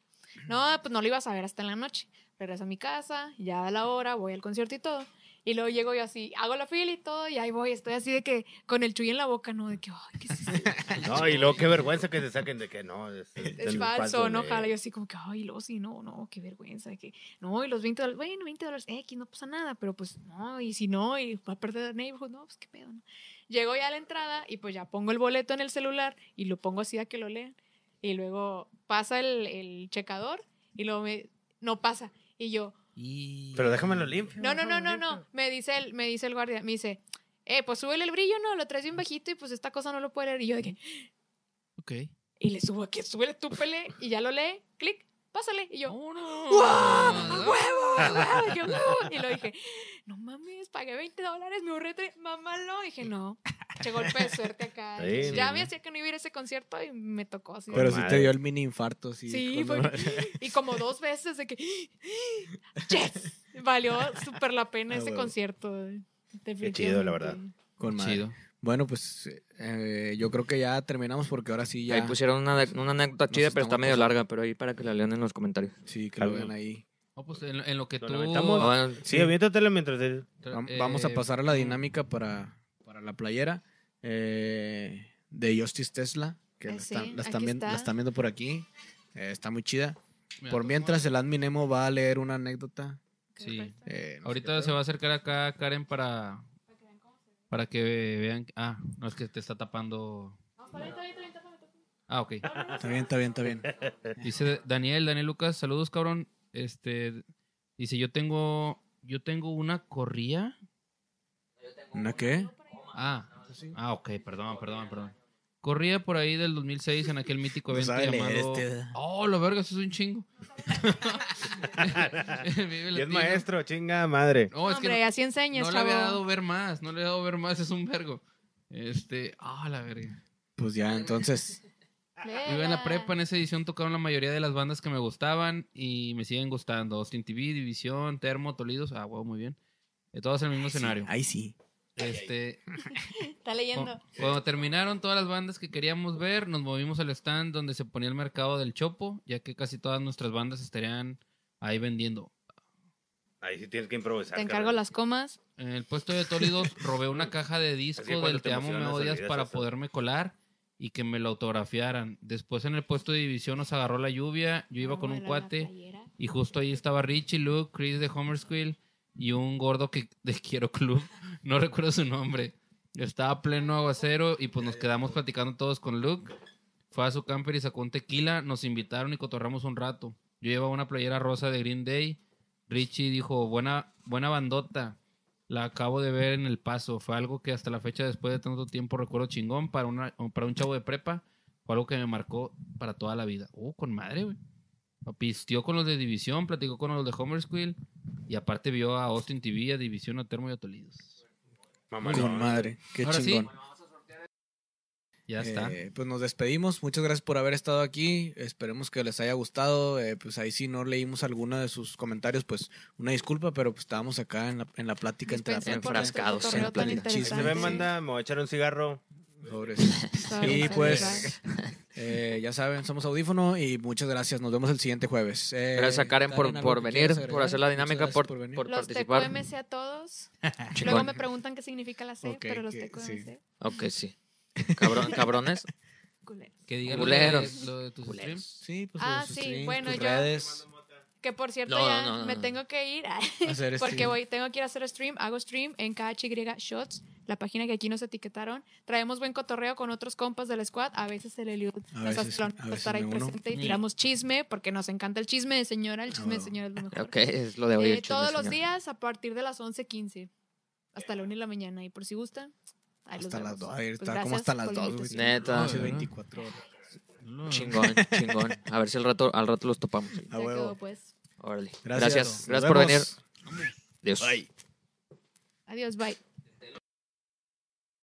S4: No, pues no lo iba a saber hasta en la noche. Regreso a mi casa, ya a la hora, voy al concierto y todo. Y luego llego yo así, hago la fila y todo, y ahí voy, estoy así de que con el chuy en la boca, ¿no? De que, ay, ¿qué es esto?
S3: No, y luego qué vergüenza que se saquen de este, que no. Es,
S4: Es falso, no, ojalá. Yo así como que, ay, los sí, no, no, qué vergüenza. de que No, y los 20 dólares, bueno, 20 dólares, X, no pasa nada, pero pues no, y si no, y va a perder el neighborhood, no, pues qué pedo, ¿no? Llego ya a la entrada y pues ya pongo el boleto en el celular y lo pongo así a que lo lean. Y luego pasa el, el checador y luego me, no pasa. Y yo,
S5: Y-
S3: Pero déjamelo limpio.
S4: no, no, no, no,
S3: déjamelo
S4: no,
S3: limpio.
S4: me dice el, me dice el guardia, me dice, eh, pues súbele el brillo, no, lo traes bien bajito y pues esta cosa no lo puede leer. Y yo de que,
S5: Ok.
S4: y le subo aquí, súbele, tú pele, y ya lo lee, clic, pásale. Y yo,
S5: ¡Vámonos!
S4: ¡Guau! ¡A huevo! ¡A huevo! Dije, "Uh". Y lo dije, no mames, pagué 20 dólares, me ahorré tres, mamalo. Dije, no, che golpe de suerte acá.
S3: Sí,
S4: ya
S3: sí.
S4: me hacía que no iba a ir a ese concierto y me tocó así.
S1: Pero sí
S3: Madre.
S1: te dio el mini infarto. Sí,
S4: sí, fue-
S1: cuando-
S4: y como dos veces de que, yes, valió súper la pena
S1: Ah,
S4: ese
S1: huevo.
S4: concierto. Qué
S3: chido, la verdad.
S1: con madre.
S5: Chido.
S1: Bueno, pues eh, yo creo que ya terminamos porque ahora sí ya.
S2: Ahí pusieron una, de- una anécdota chida, pero está
S1: estamos
S2: medio
S1: pasando.
S2: larga, pero ahí para que la lean en los comentarios.
S1: Sí, que lo
S3: Algo.
S1: vean ahí.
S5: No, pues en, en lo que
S3: Lo
S5: tú...
S3: lamentamos.
S2: Ah,
S3: Sí, aviéntatelo mientras. él-
S1: Vam- Vamos a
S5: eh,
S1: pasar a la dinámica para, para la playera eh, de Justice Tesla, que
S4: Eh,
S1: la, están-
S4: sí,
S1: la están
S4: aquí
S1: viendo, la
S4: está.
S1: están viendo por aquí. Eh, está muy chida.
S5: mira,
S1: Por
S5: tú
S1: mientras,
S5: cómo-
S1: el admin Emo va a leer una anécdota.
S5: Sí.
S1: eh, no sé qué
S5: Ahorita
S1: pedo.
S5: se va a acercar acá Karen para... Para que vean... Ah, no, es que te está tapando... Ah, ok.
S1: Está bien, está bien, está bien.
S5: Dice Daniel, Daniel Lucas, saludos, cabrón. Este, dice, yo tengo, yo tengo una corría.
S1: ¿Una qué?
S5: Ah, ah, ok, perdón, perdón, perdón. Corría por ahí del 2006 en aquel mítico
S1: No
S5: evento
S1: sabe leer
S5: llamado...
S1: este, ¿verdad?
S5: Oh, la verga, eso es un chingo. Vive
S3: Y es
S5: Latino.
S3: maestro, chinga madre.
S5: No, es que
S4: Hombre,
S5: no-
S4: así enseñas,
S5: no, le
S4: chavo.
S5: había dado ver más, no le había dado ver más, es un vergo. Este, ah, la verga.
S1: Pues ya, entonces.
S5: Yo en la prepa, en esa edición tocaron la mayoría de las bandas que me gustaban y me siguen gustando. Austin TV, División, Termo, Tolidos. Ah, wow, muy bien. Eh, Todos en el mismo escenario.
S1: Ahí sí.
S5: Este,
S6: Está
S5: cu-
S3: Ah,
S6: leyendo.
S5: cuando terminaron todas las bandas que queríamos ver, nos movimos al stand donde se ponía el mercado del Chopo, ya que casi todas nuestras bandas estarían ahí vendiendo.
S3: Ahí sí tienes que improvisar.
S4: Te encargo las comas.
S5: En el puesto de Tólidos robé una caja de disco
S3: cuando
S5: del
S3: te
S5: Te Amo Me
S3: emocionas,
S5: Odias
S3: olvidas
S5: para
S3: eso.
S5: poderme colar y que me lo autografiaran. Después en el puesto de división nos agarró la lluvia, yo
S4: Ah,
S5: iba con un
S6: Tómala, la
S5: cuate
S6: playera.
S5: y justo ahí estaba Richie, Luke, Chris de Homer Squill y un gordo que de Quiero Club, no recuerdo su nombre. Estaba pleno aguacero y pues nos quedamos platicando todos con Luke. Fue a su camper y sacó un tequila, nos invitaron y cotorramos un rato. Yo llevaba una playera rosa de Green Day. Richie dijo, buena, buena bandota. La acabo de ver en El Paso. Fue algo que hasta la fecha, después de tanto tiempo, recuerdo chingón para, una, para un chavo de prepa. Fue algo que me marcó para toda la vida. Uh, con madre, güey. Pistió con los de División, platicó con los de Homer Squill. Y aparte vio a Austin TV, a División, a Termo y a Tolidos.
S1: Con madre. Qué
S5: Ahora sí.
S1: chingón.
S5: Ya está.
S1: Eh, pues nos despedimos. Muchas gracias por haber estado aquí. Esperemos que les haya gustado. Eh, pues ahí sí no leímos alguno de sus comentarios, pues una disculpa, pero pues estábamos acá en la, en la plática entre
S4: Dispensen
S1: amigos.
S4: por nuestro
S2: enfrascados en
S4: cotorreo tan
S1: plática.
S4: interesante.
S1: Sí,
S3: Se me manda, me voy a echar un cigarro.
S1: Pobres.
S4: Estaba
S1: Y
S4: bien
S1: pues
S4: interesante.
S1: eh, ya saben, somos audífono y muchas gracias. Nos vemos el siguiente jueves. Eh,
S2: Gracias a Karen por,
S1: Karen, ¿algo
S2: por
S1: que quieras
S2: venir, por
S1: agregar?
S2: hacer la
S1: Muchas
S2: dinámica,
S1: gracias
S2: por,
S1: por venir.
S2: por
S4: los
S2: participar.
S4: TQMC a todos. Luego
S2: Chingón.
S4: me preguntan qué significa la C,
S1: Ok,
S4: pero los
S1: que-
S4: TQMC.
S1: sí.
S2: Ok, sí. Cabrón- cabrones.
S6: Culero.
S5: Que digan lo
S2: Culeros.
S5: de, lo de tus
S2: Culeros.
S5: streams.
S1: Sí, pues
S4: Ah,
S1: los
S4: sí,
S1: streams,
S4: bueno,
S1: tus
S4: yo-
S1: redes,
S4: Que por cierto,
S2: No,
S4: ya
S2: no, no,
S4: me
S2: no.
S4: tengo que ir.
S1: hacer
S4: Porque
S1: stream.
S4: voy, tengo que ir a hacer stream, hago stream en KHY Shots, la página que aquí nos etiquetaron. Traemos buen cotorreo con otros compas del squad, a veces el Eliud
S1: A
S4: nos
S1: veces-
S4: astrona
S1: a
S4: por
S1: veces
S4: estar ahí
S1: me uno.
S4: presente y
S5: Mm.
S4: tiramos chisme, porque nos encanta el chisme de señora, el chisme de
S1: huevo.
S4: señora es lo mejor.
S2: Ok, es lo de hoy.
S4: Eh,
S2: el chisme,
S4: todos los
S2: señor.
S4: días a partir de las 11.15 hasta la 1 de la mañana, y por si gustan, ahí los
S1: Hasta las
S4: vemos.
S1: dos, ahí
S4: Pues
S1: está, como
S4: gracias
S1: hasta
S4: por
S1: las
S4: la
S1: dos, güey.
S4: invitación.
S2: Neta.
S1: Hace 24 horas.
S5: No, no.
S2: Chingón, chingón. A ver si al rato, al rato los topamos.
S1: A
S4: Ya
S1: huevo.
S4: quedó, pues.
S2: Órale.
S1: Gracias.
S2: Gracias.
S1: Nos
S2: Gracias por venir.
S1: vemos.
S2: Dios.
S4: Adiós, bye.